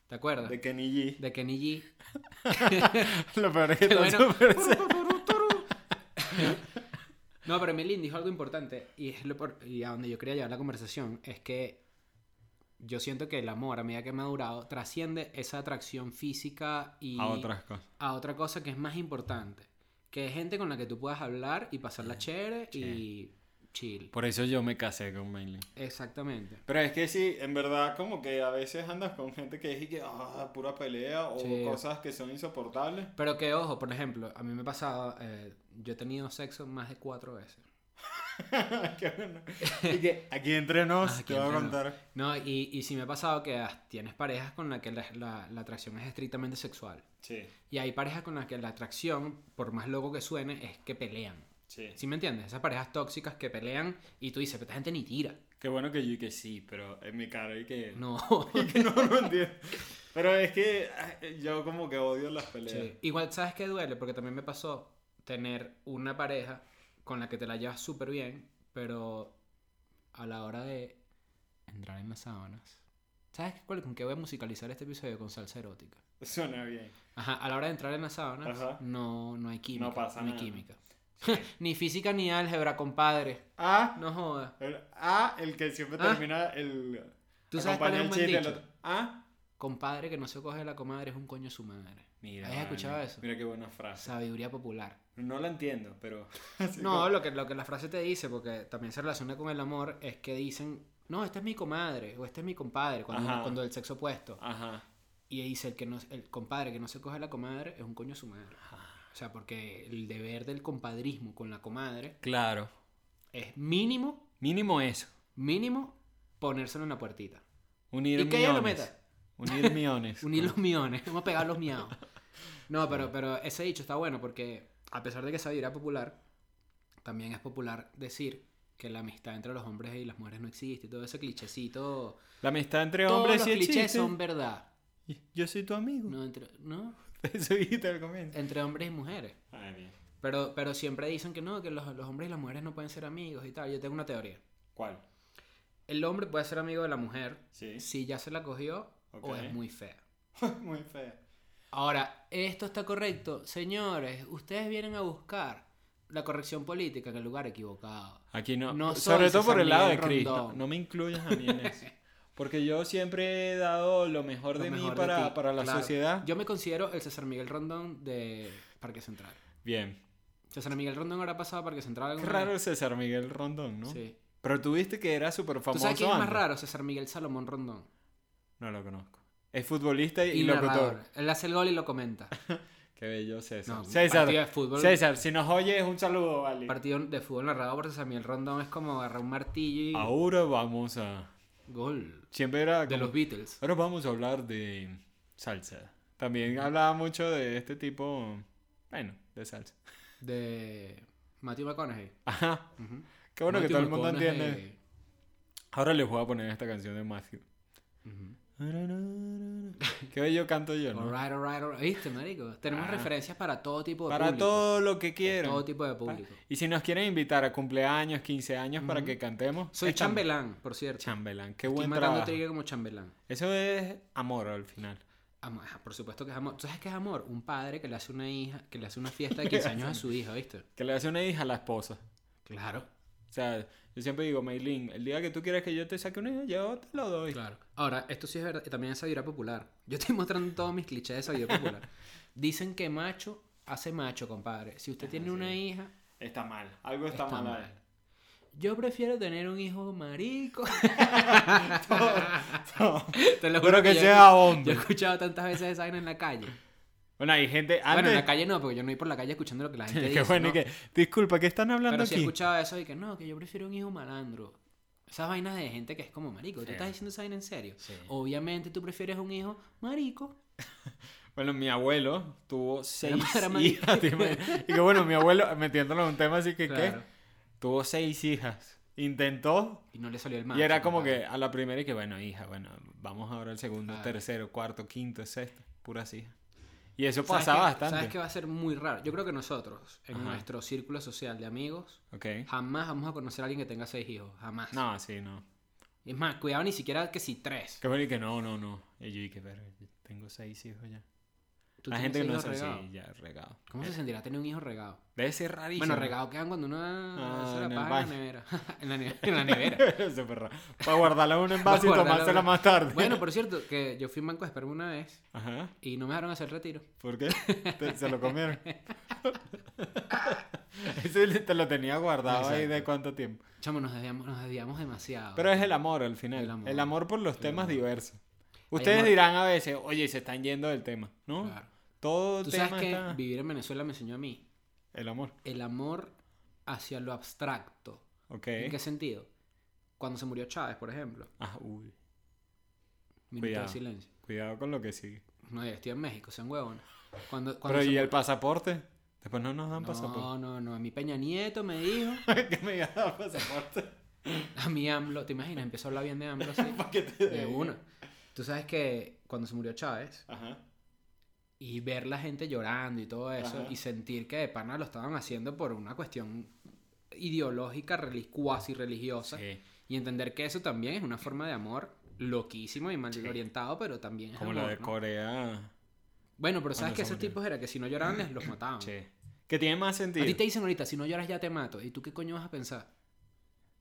Speaker 2: ¿Te acuerdas?
Speaker 3: De
Speaker 2: De,
Speaker 3: Kenny G.
Speaker 2: Kenny G.
Speaker 3: Lo peor es que
Speaker 2: Que
Speaker 3: está
Speaker 2: bueno,
Speaker 3: súper
Speaker 2: No, pero Melin dijo algo importante y, es lo por- y a donde yo quería llevar la conversación es que yo siento que el amor, a medida que me ha durado, trasciende esa atracción física y
Speaker 3: A otras cosas.
Speaker 2: a otra cosa que es más importante, que es gente con la que tú puedas hablar y pasarla chévere y chill.
Speaker 3: Por eso yo me casé con Maylin.
Speaker 2: Exactamente.
Speaker 3: Pero es que sí, en verdad, como que a veces andas con gente que es y que, ah, pura pelea o
Speaker 2: Sí.
Speaker 3: cosas que son insoportables.
Speaker 2: Pero que ojo, por ejemplo, a mí me ha pasado, eh, yo he tenido sexo más de cuatro veces.
Speaker 3: Qué bueno. Y que aquí entre nos,
Speaker 2: Ah, aquí
Speaker 3: te voy a
Speaker 2: entre nos.
Speaker 3: contar.
Speaker 2: No, y, y sí me ha pasado que ah, tienes parejas con las que la- la- la atracción es estrictamente sexual.
Speaker 3: Sí,
Speaker 2: Y hay parejas con las que la atracción, por más loco que suene, es que pelean.
Speaker 3: sí.
Speaker 2: ¿Sí me entiendes? Esas parejas tóxicas que pelean y tú dices, pero esta gente ni tira.
Speaker 3: Qué bueno que yo y que sí, pero en mi cara y que...
Speaker 2: No.
Speaker 3: no, no entiendo. Pero es que ay, yo como que odio las peleas.
Speaker 2: Sí. Igual, ¿sabes qué duele? Porque también me pasó tener una pareja con la que te la llevas súper bien, pero a la hora de entrar en las sábanas. ¿Sabes cuál, con qué voy a musicalizar este episodio? Con salsa erótica.
Speaker 3: Suena bien.
Speaker 2: Ajá, a la hora de entrar en las sábanas
Speaker 3: Ajá.
Speaker 2: no, no hay química.
Speaker 3: No pasa
Speaker 2: hay
Speaker 3: nada.
Speaker 2: química. ni física ni álgebra, compadre.
Speaker 3: Ah,
Speaker 2: No jodas.
Speaker 3: el, ah, el que siempre
Speaker 2: Ah.
Speaker 3: termina el...
Speaker 2: ¿Tú sabes cuál es un
Speaker 3: acompaña
Speaker 2: buen
Speaker 3: el chiste, el
Speaker 2: dicho?
Speaker 3: otro- Ah.
Speaker 2: Compadre que no se coge la comadre es un coño su madre. ¿Habías
Speaker 3: vale.
Speaker 2: escuchado eso?
Speaker 3: Mira qué buena frase.
Speaker 2: Sabiduría popular.
Speaker 3: No la entiendo, pero... así
Speaker 2: No,
Speaker 3: como-
Speaker 2: lo que, lo que la frase te dice, porque también se relaciona con el amor, es que dicen, no, esta es mi comadre, o este es mi compadre,
Speaker 3: Ajá. Ah.
Speaker 2: cuando, cuando el sexo opuesto.
Speaker 3: Ajá.
Speaker 2: Y dice, el, que no, el compadre que no se coge la comadre es un coño su madre. O sea, porque el deber del compadrismo con la comadre
Speaker 3: Claro.
Speaker 2: es mínimo,
Speaker 3: Mínimo eso.
Speaker 2: mínimo, ponérselo en la puertita.
Speaker 3: Unir
Speaker 2: Y que ella lo meta.
Speaker 3: Unir millones.
Speaker 2: Unir los miones, vamos a pegar los miados. No, pero, pero ese dicho está bueno porque a pesar de que esa sabiduría popular, también es popular decir que la amistad entre los hombres y las mujeres no existe, y todo ese clichecito.
Speaker 3: La amistad entre
Speaker 2: Todos
Speaker 3: hombres
Speaker 2: los
Speaker 3: sí
Speaker 2: clichés
Speaker 3: existe.
Speaker 2: son verdad.
Speaker 3: Yo soy tu amigo.
Speaker 2: No entre, no,
Speaker 3: Eso dijiste al comienzo.
Speaker 2: entre hombres y mujeres.
Speaker 3: Ay, bien.
Speaker 2: Pero, pero siempre dicen que no, que los, los hombres y las mujeres no pueden ser amigos y tal. Yo tengo una teoría.
Speaker 3: ¿Cuál?
Speaker 2: El hombre puede ser amigo de la mujer
Speaker 3: Sí.
Speaker 2: si ya se la cogió o
Speaker 3: Ok.
Speaker 2: es muy fea.
Speaker 3: Muy fea.
Speaker 2: Ahora, esto está correcto. Señores, ustedes vienen a buscar la corrección política en el lugar equivocado.
Speaker 3: Aquí no.
Speaker 2: No
Speaker 3: Sobre
Speaker 2: soy
Speaker 3: todo por
Speaker 2: César
Speaker 3: el lado de
Speaker 2: Miguel
Speaker 3: Chris. No,
Speaker 2: Rondón.
Speaker 3: no me incluyas a mí en eso. Porque yo siempre he dado lo mejor
Speaker 2: Lo
Speaker 3: de mí
Speaker 2: mejor de
Speaker 3: para,
Speaker 2: ti,
Speaker 3: para la
Speaker 2: claro.
Speaker 3: sociedad.
Speaker 2: Yo me considero el César Miguel Rondón de Parque Central.
Speaker 3: Bien.
Speaker 2: César Miguel Rondón ahora ha pasado a Parque Central.
Speaker 3: Qué
Speaker 2: alguna
Speaker 3: raro
Speaker 2: vez.
Speaker 3: es César Miguel Rondón, ¿no?
Speaker 2: Sí.
Speaker 3: Pero tú viste que era súper famoso.
Speaker 2: ¿Tú sabes quién es más
Speaker 3: antes.
Speaker 2: raro? César Miguel Salomón Rondón.
Speaker 3: No lo conozco. Es futbolista y,
Speaker 2: Y
Speaker 3: locutor.
Speaker 2: narrador. Él hace el gol y lo comenta.
Speaker 3: Qué bello César.
Speaker 2: No,
Speaker 3: César.
Speaker 2: partido de fútbol.
Speaker 3: César, si nos oyes, un saludo, vale.
Speaker 2: Partido de fútbol narrado por César Miguel Rondón es como agarrar un martillo y.
Speaker 3: Ahora vamos a.
Speaker 2: Gol.
Speaker 3: Siempre era.
Speaker 2: De
Speaker 3: como-
Speaker 2: los Beatles.
Speaker 3: Ahora vamos a hablar de salsa. También hablaba mucho de este tipo, bueno, de salsa.
Speaker 2: De Matthew McConaughey.
Speaker 3: Ajá.
Speaker 2: Ujú.
Speaker 3: Qué bueno que
Speaker 2: Matthew
Speaker 3: todo el mundo
Speaker 2: McConaughey.
Speaker 3: entiende. Ahora les voy a poner esta canción de Matthew.
Speaker 2: Ujú.
Speaker 3: Qué bello canto yo, ¿no?
Speaker 2: Alright, alright, alright. ¿Viste, marico? Tenemos
Speaker 3: Ah.
Speaker 2: referencias para todo tipo de
Speaker 3: Para
Speaker 2: público.
Speaker 3: todo lo que quieran.
Speaker 2: Todo tipo de público.
Speaker 3: Y si nos quieren invitar a cumpleaños, 15 años para
Speaker 2: Ujú.
Speaker 3: que cantemos.
Speaker 2: Soy
Speaker 3: es cham-
Speaker 2: chambelán, por cierto.
Speaker 3: Chambelán, qué
Speaker 2: Estoy
Speaker 3: buen
Speaker 2: matando
Speaker 3: trabajo.
Speaker 2: trigo como chambelán.
Speaker 3: Eso es amor al final.
Speaker 2: Amor, ajá, por supuesto que es amor. ¿Tú sabes qué es amor? Un padre que le hace una hija, que le hace una fiesta de 15 años a su hija, ¿viste?
Speaker 3: Que le hace una hija a la esposa.
Speaker 2: Claro,
Speaker 3: O sea, yo siempre digo, Maylin, el día que tú quieras que yo te saque una hija, yo te lo doy.
Speaker 2: claro. Ahora, esto sí es verdad, y también es sabiduría popular. Yo estoy mostrando todos mis clichés de sabiduría popular. Dicen que macho hace macho, compadre. Si usted
Speaker 3: Ah,
Speaker 2: tiene
Speaker 3: sí.
Speaker 2: una hija,
Speaker 3: Está mal. Algo está,
Speaker 2: Está
Speaker 3: mal.
Speaker 2: mal. yo prefiero tener un hijo marico. Te lo
Speaker 3: Juro que
Speaker 2: yo-
Speaker 3: sea
Speaker 2: Yo he
Speaker 3: hombre.
Speaker 2: escuchado tantas veces esa vaina en la calle.
Speaker 3: Bueno, hay gente. Antes,
Speaker 2: Bueno, en la calle no, porque yo no voy por la calle escuchando lo que la gente dice.
Speaker 3: que bueno,
Speaker 2: ¿no?
Speaker 3: y que, disculpa, ¿qué están hablando
Speaker 2: Pero sí he
Speaker 3: aquí?
Speaker 2: escuchado eso de que no, que yo prefiero un hijo malandro. Esas vainas de gente que es como marico. ¿Tú
Speaker 3: Sí.
Speaker 2: estás diciendo esa vaina en serio?
Speaker 3: Sí.
Speaker 2: Obviamente tú prefieres un hijo marico.
Speaker 3: Bueno, mi abuelo tuvo seis
Speaker 2: era marica.
Speaker 3: hijas. ¿te imaginas? y que bueno, mi abuelo, metiéndolo en un tema así que,
Speaker 2: Claro.
Speaker 3: ¿qué? Tuvo seis hijas. Intentó
Speaker 2: Y no le salió el mal.
Speaker 3: y era como que a la primera y que bueno, hija, bueno, vamos ahora al segundo,
Speaker 2: Claro.
Speaker 3: tercero, cuarto, quinto, sexto, puras hijas. Y eso
Speaker 2: ¿Sabes
Speaker 3: pasa
Speaker 2: qué?
Speaker 3: bastante.
Speaker 2: ¿Sabes que va a ser muy raro? Yo creo que nosotros, en
Speaker 3: Ajá.
Speaker 2: nuestro círculo social de amigos,
Speaker 3: Ok.
Speaker 2: jamás vamos a conocer a alguien que tenga seis hijos. Jamás.
Speaker 3: No, sí, no.
Speaker 2: Es más, cuidado ni siquiera que si tres.
Speaker 3: Que bueno, y que no, no, no. Y yo dije, pero yo tengo seis hijos ya.
Speaker 2: Tú
Speaker 3: la
Speaker 2: tienes
Speaker 3: gente que
Speaker 2: seis
Speaker 3: no Eh.
Speaker 2: hijos
Speaker 3: sabe,
Speaker 2: regados.
Speaker 3: sí, ya, regado.
Speaker 2: ¿Cómo se sentirá tener un hijo regado?
Speaker 3: Debe ser rarísimo.
Speaker 2: Bueno, regado quedan cuando uno
Speaker 3: Ah,
Speaker 2: hace
Speaker 3: en el
Speaker 2: la paja en
Speaker 3: baño.
Speaker 2: la nevera. en, la ne- en la nevera.
Speaker 3: Súper raro. Para guardarla en un envase y
Speaker 2: Para guardarla-
Speaker 3: tomársela más tarde.
Speaker 2: Bueno, por cierto, que yo fui en Banco de Esperma una vez
Speaker 3: Ajá.
Speaker 2: y no me dejaron hacer retiro.
Speaker 3: ¿Por qué? Te- se lo comieron. Ese te lo tenía guardado ahí de
Speaker 2: Exacto.
Speaker 3: cuánto tiempo.
Speaker 2: Chamo, nos desviamos, nos desviamos demasiado.
Speaker 3: Pero es el amor al final. El
Speaker 2: Ah, El
Speaker 3: amor,
Speaker 2: amor.
Speaker 3: por los temas diversos. Ustedes
Speaker 2: amor-
Speaker 3: dirán a veces, oye, se están yendo del tema, ¿no?
Speaker 2: Claro.
Speaker 3: Todo
Speaker 2: Tú
Speaker 3: tema
Speaker 2: sabes que
Speaker 3: está...
Speaker 2: vivir en Venezuela me enseñó a mí
Speaker 3: El amor,
Speaker 2: el amor hacia lo abstracto.
Speaker 3: ok.
Speaker 2: ¿En qué sentido? Cuando se murió Chávez, por ejemplo.
Speaker 3: Ah, uy,
Speaker 2: Minuto
Speaker 3: Cuidado.
Speaker 2: de silencio.
Speaker 3: cuidado con lo que sigue.
Speaker 2: No, yo estoy en México, sean huevones. Cuando, cuando
Speaker 3: Pero
Speaker 2: se
Speaker 3: ¿y el
Speaker 2: murió-
Speaker 3: pasaporte? Después no nos dan pasaporte.
Speaker 2: No, no, no. A mi Peña Nieto me dijo.
Speaker 3: que me digan pasaporte.
Speaker 2: A mi AMLO. ¿Te imaginas? Empezó a hablar bien de AMLO así.
Speaker 3: ¿Para qué te
Speaker 2: de
Speaker 3: den?
Speaker 2: una. Tú sabes que cuando se murió Chávez,
Speaker 3: Ajá.
Speaker 2: y ver la gente llorando y todo eso
Speaker 3: Ajá.
Speaker 2: y sentir que de pana lo estaban haciendo por una cuestión ideológica, cuasi religiosa
Speaker 3: Sí.
Speaker 2: y entender que eso también es una forma de amor loquísimo y mal orientado, pero también es
Speaker 3: Como
Speaker 2: amor,
Speaker 3: lo de
Speaker 2: ¿no?
Speaker 3: Corea.
Speaker 2: Bueno, pero
Speaker 3: Cuando
Speaker 2: sabes que
Speaker 3: se
Speaker 2: esos
Speaker 3: murieron.
Speaker 2: tipos era que si no lloraban les los mataban.
Speaker 3: Che. Que tiene más
Speaker 2: Ah. A
Speaker 3: sentido.
Speaker 2: ti te dicen ahorita, si no lloras ya te mato. ¿Y tú qué coño vas a pensar?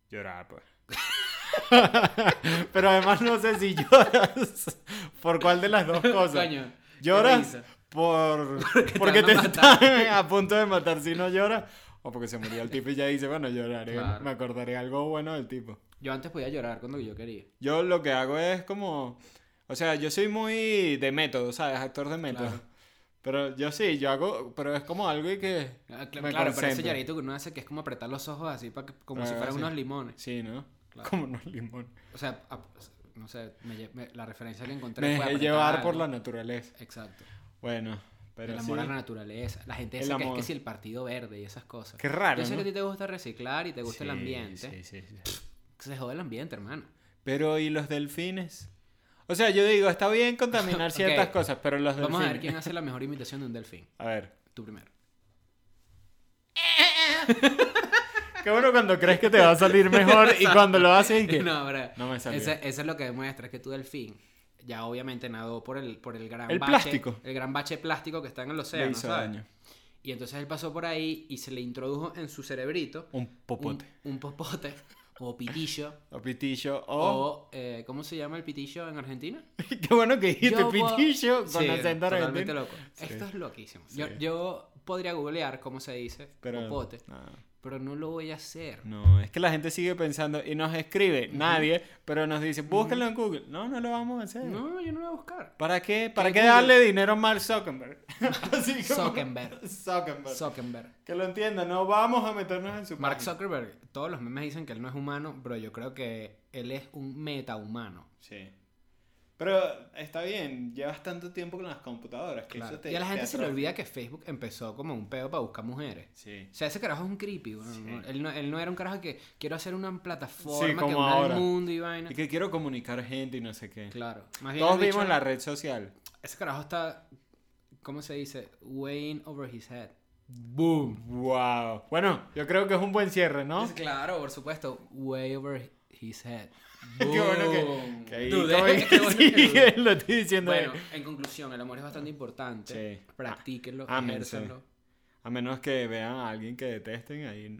Speaker 3: Llorar, pues. Pero además no sé si lloras por cuál de las dos cosas.
Speaker 2: Coño, qué
Speaker 3: ¿Lloras
Speaker 2: risa.
Speaker 3: por
Speaker 2: te
Speaker 3: porque te,
Speaker 2: van a
Speaker 3: están a punto de matar si no lloras? O porque se murió el tipo y ya dice, bueno, lloraré,
Speaker 2: Claro.
Speaker 3: me acordaré algo bueno del tipo.
Speaker 2: Yo antes podía llorar cuando yo quería.
Speaker 3: Yo lo que hago es como... O sea, yo soy muy de método, ¿sabes? Actor de método.
Speaker 2: Claro.
Speaker 3: Pero yo sí, yo hago... Pero es como algo y que...
Speaker 2: Ah, cl-
Speaker 3: me
Speaker 2: claro, pero ese
Speaker 3: concentro.
Speaker 2: llorito que uno hace que es como apretar los ojos así para que, como si
Speaker 3: Ah,
Speaker 2: fueran
Speaker 3: sí.
Speaker 2: unos limones.
Speaker 3: Sí, ¿no?
Speaker 2: Claro.
Speaker 3: Como unos limones.
Speaker 2: O sea, ap- no sé, me lle- me- la referencia que encontré
Speaker 3: Me
Speaker 2: fue
Speaker 3: dejé
Speaker 2: apretar
Speaker 3: llevar por
Speaker 2: algo.
Speaker 3: la naturaleza.
Speaker 2: Exacto.
Speaker 3: Bueno, pero
Speaker 2: el amor
Speaker 3: sí.
Speaker 2: a la naturaleza. La gente
Speaker 3: El
Speaker 2: dice que es
Speaker 3: amor.
Speaker 2: que si el partido verde y esas cosas.
Speaker 3: Qué raro,
Speaker 2: Yo sé
Speaker 3: ¿no?
Speaker 2: que a ti te gusta reciclar y te gusta el
Speaker 3: Sí,
Speaker 2: ambiente.
Speaker 3: sí, sí, sí.
Speaker 2: Se jode el ambiente, hermano.
Speaker 3: Pero ¿y los delfines? O sea, yo digo, está bien contaminar
Speaker 2: Ok.
Speaker 3: ciertas cosas, pero los delfines.
Speaker 2: Vamos a ver quién hace la mejor imitación de un delfín.
Speaker 3: A ver.
Speaker 2: Tú primero.
Speaker 3: Qué bueno cuando crees que te va a salir mejor y cuando lo haces y que.
Speaker 2: No, ahora.
Speaker 3: No me salió.
Speaker 2: Eso es lo que demuestra es que tu delfín ya obviamente nadó por el, por el gran
Speaker 3: El
Speaker 2: bache.
Speaker 3: plástico.
Speaker 2: El gran bache plástico que está en el
Speaker 3: le
Speaker 2: océano.
Speaker 3: hizo
Speaker 2: ¿sabes?
Speaker 3: daño.
Speaker 2: Y entonces él pasó por ahí y se le introdujo en su cerebrito
Speaker 3: Un popote.
Speaker 2: Un, un popote o pitillo.
Speaker 3: O pitillo. O.
Speaker 2: O, eh, ¿cómo se llama el pitillo en Argentina?
Speaker 3: Qué bueno que dijiste
Speaker 2: Yo puedo-
Speaker 3: Este pitillo con
Speaker 2: Sí,
Speaker 3: acento
Speaker 2: totalmente
Speaker 3: argentino.
Speaker 2: loco. Esto es loquísimo. Yo,
Speaker 3: Sí.
Speaker 2: yo podría googlear cómo se dice
Speaker 3: Pero.
Speaker 2: popote,
Speaker 3: no,
Speaker 2: pero no lo voy a hacer.
Speaker 3: no, es que la gente sigue pensando y nos escribe, nadie, pero nos dice, búsquenlo en Google. No, no lo vamos a hacer.
Speaker 2: No, yo no lo voy a buscar.
Speaker 3: ¿Para qué? ¿Para
Speaker 2: ¿Qué
Speaker 3: qué
Speaker 2: Google?
Speaker 3: darle dinero a Mark Zuckerberg? Así como-
Speaker 2: Zuckerberg.
Speaker 3: Zuckerberg.
Speaker 2: Zuckerberg.
Speaker 3: Que lo entienda, no vamos a meternos en su
Speaker 2: Mark
Speaker 3: página.
Speaker 2: Zuckerberg, todos los memes dicen que él no es humano, pero yo creo que él es un metahumano.
Speaker 3: Sí. Pero está bien, llevas tanto tiempo con las computadoras que
Speaker 2: Claro.
Speaker 3: eso te
Speaker 2: y a la
Speaker 3: te
Speaker 2: gente se le
Speaker 3: atrofia.
Speaker 2: olvida que Facebook empezó como un pedo para buscar mujeres.
Speaker 3: Sí.
Speaker 2: O sea, ese carajo es un creepy, weón.
Speaker 3: Sí.
Speaker 2: Él, no, él no era un carajo que quiero hacer una plataforma
Speaker 3: Sí, como
Speaker 2: que una
Speaker 3: ahora.
Speaker 2: al mundo y vaina.
Speaker 3: Y que quiero comunicar gente y no sé qué.
Speaker 2: Claro. Más bien
Speaker 3: Todos
Speaker 2: el bicho-
Speaker 3: vimos la red social.
Speaker 2: Ese carajo está, ¿cómo se dice? Weighing over his head.
Speaker 3: Boom. Wow. Bueno, yo creo que es un buen cierre, ¿no?
Speaker 2: Claro, por supuesto. Way over his head.
Speaker 3: Qué bueno que-
Speaker 2: Boom.
Speaker 3: que ahí
Speaker 2: Dudé,
Speaker 3: como
Speaker 2: qué
Speaker 3: que
Speaker 2: bueno
Speaker 3: sí,
Speaker 2: que dudé.
Speaker 3: lo estoy diciendo.
Speaker 2: Bueno, en conclusión, el amor es bastante importante.
Speaker 3: Sí.
Speaker 2: Practíquenlo,
Speaker 3: Ah, ámense.
Speaker 2: ejérzanlo.
Speaker 3: A menos que vean a alguien que detesten ahí.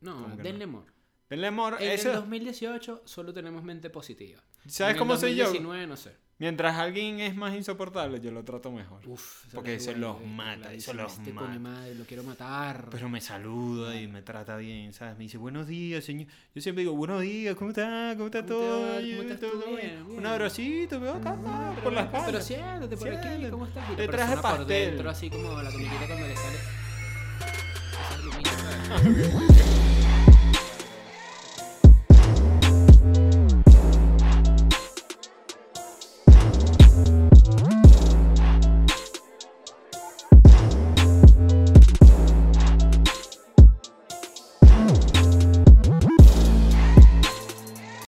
Speaker 2: No,
Speaker 3: ¿Cómo que
Speaker 2: denle
Speaker 3: no?
Speaker 2: amor.
Speaker 3: Denle amor.
Speaker 2: En el
Speaker 3: eso-
Speaker 2: 2018 solo tenemos mente positiva.
Speaker 3: ¿Sabes
Speaker 2: En
Speaker 3: cómo
Speaker 2: el
Speaker 3: soy yo?
Speaker 2: 2019, no sé.
Speaker 3: Mientras alguien es más insoportable, yo lo trato mejor.
Speaker 2: Uf,
Speaker 3: Porque
Speaker 2: les
Speaker 3: eso
Speaker 2: duele,
Speaker 3: los
Speaker 2: ¿viste?
Speaker 3: mata,
Speaker 2: Claro,
Speaker 3: eso
Speaker 2: dicen,
Speaker 3: los
Speaker 2: este coño
Speaker 3: mata.
Speaker 2: madre, lo quiero matar.
Speaker 3: Pero me saluda y me trata bien, ¿sabes? Me dice, buenos días, señor. Yo siempre digo, buenos días, ¿cómo está? ¿Cómo está
Speaker 2: ¿Cómo te va?
Speaker 3: todo?
Speaker 2: ¿Cómo estás tú? Bien,
Speaker 3: ¿Todo bien?
Speaker 2: bien. Mm.
Speaker 3: Un abracito, me va acá, ah, por las
Speaker 2: Pero
Speaker 3: espalda.
Speaker 2: siéntate por aquí,
Speaker 3: Siéntate.
Speaker 2: ¿cómo estás? Y la
Speaker 3: Te traje
Speaker 2: persona por
Speaker 3: pastel.
Speaker 2: dentro, así como la comiquita cuando le sale. Esa lumita.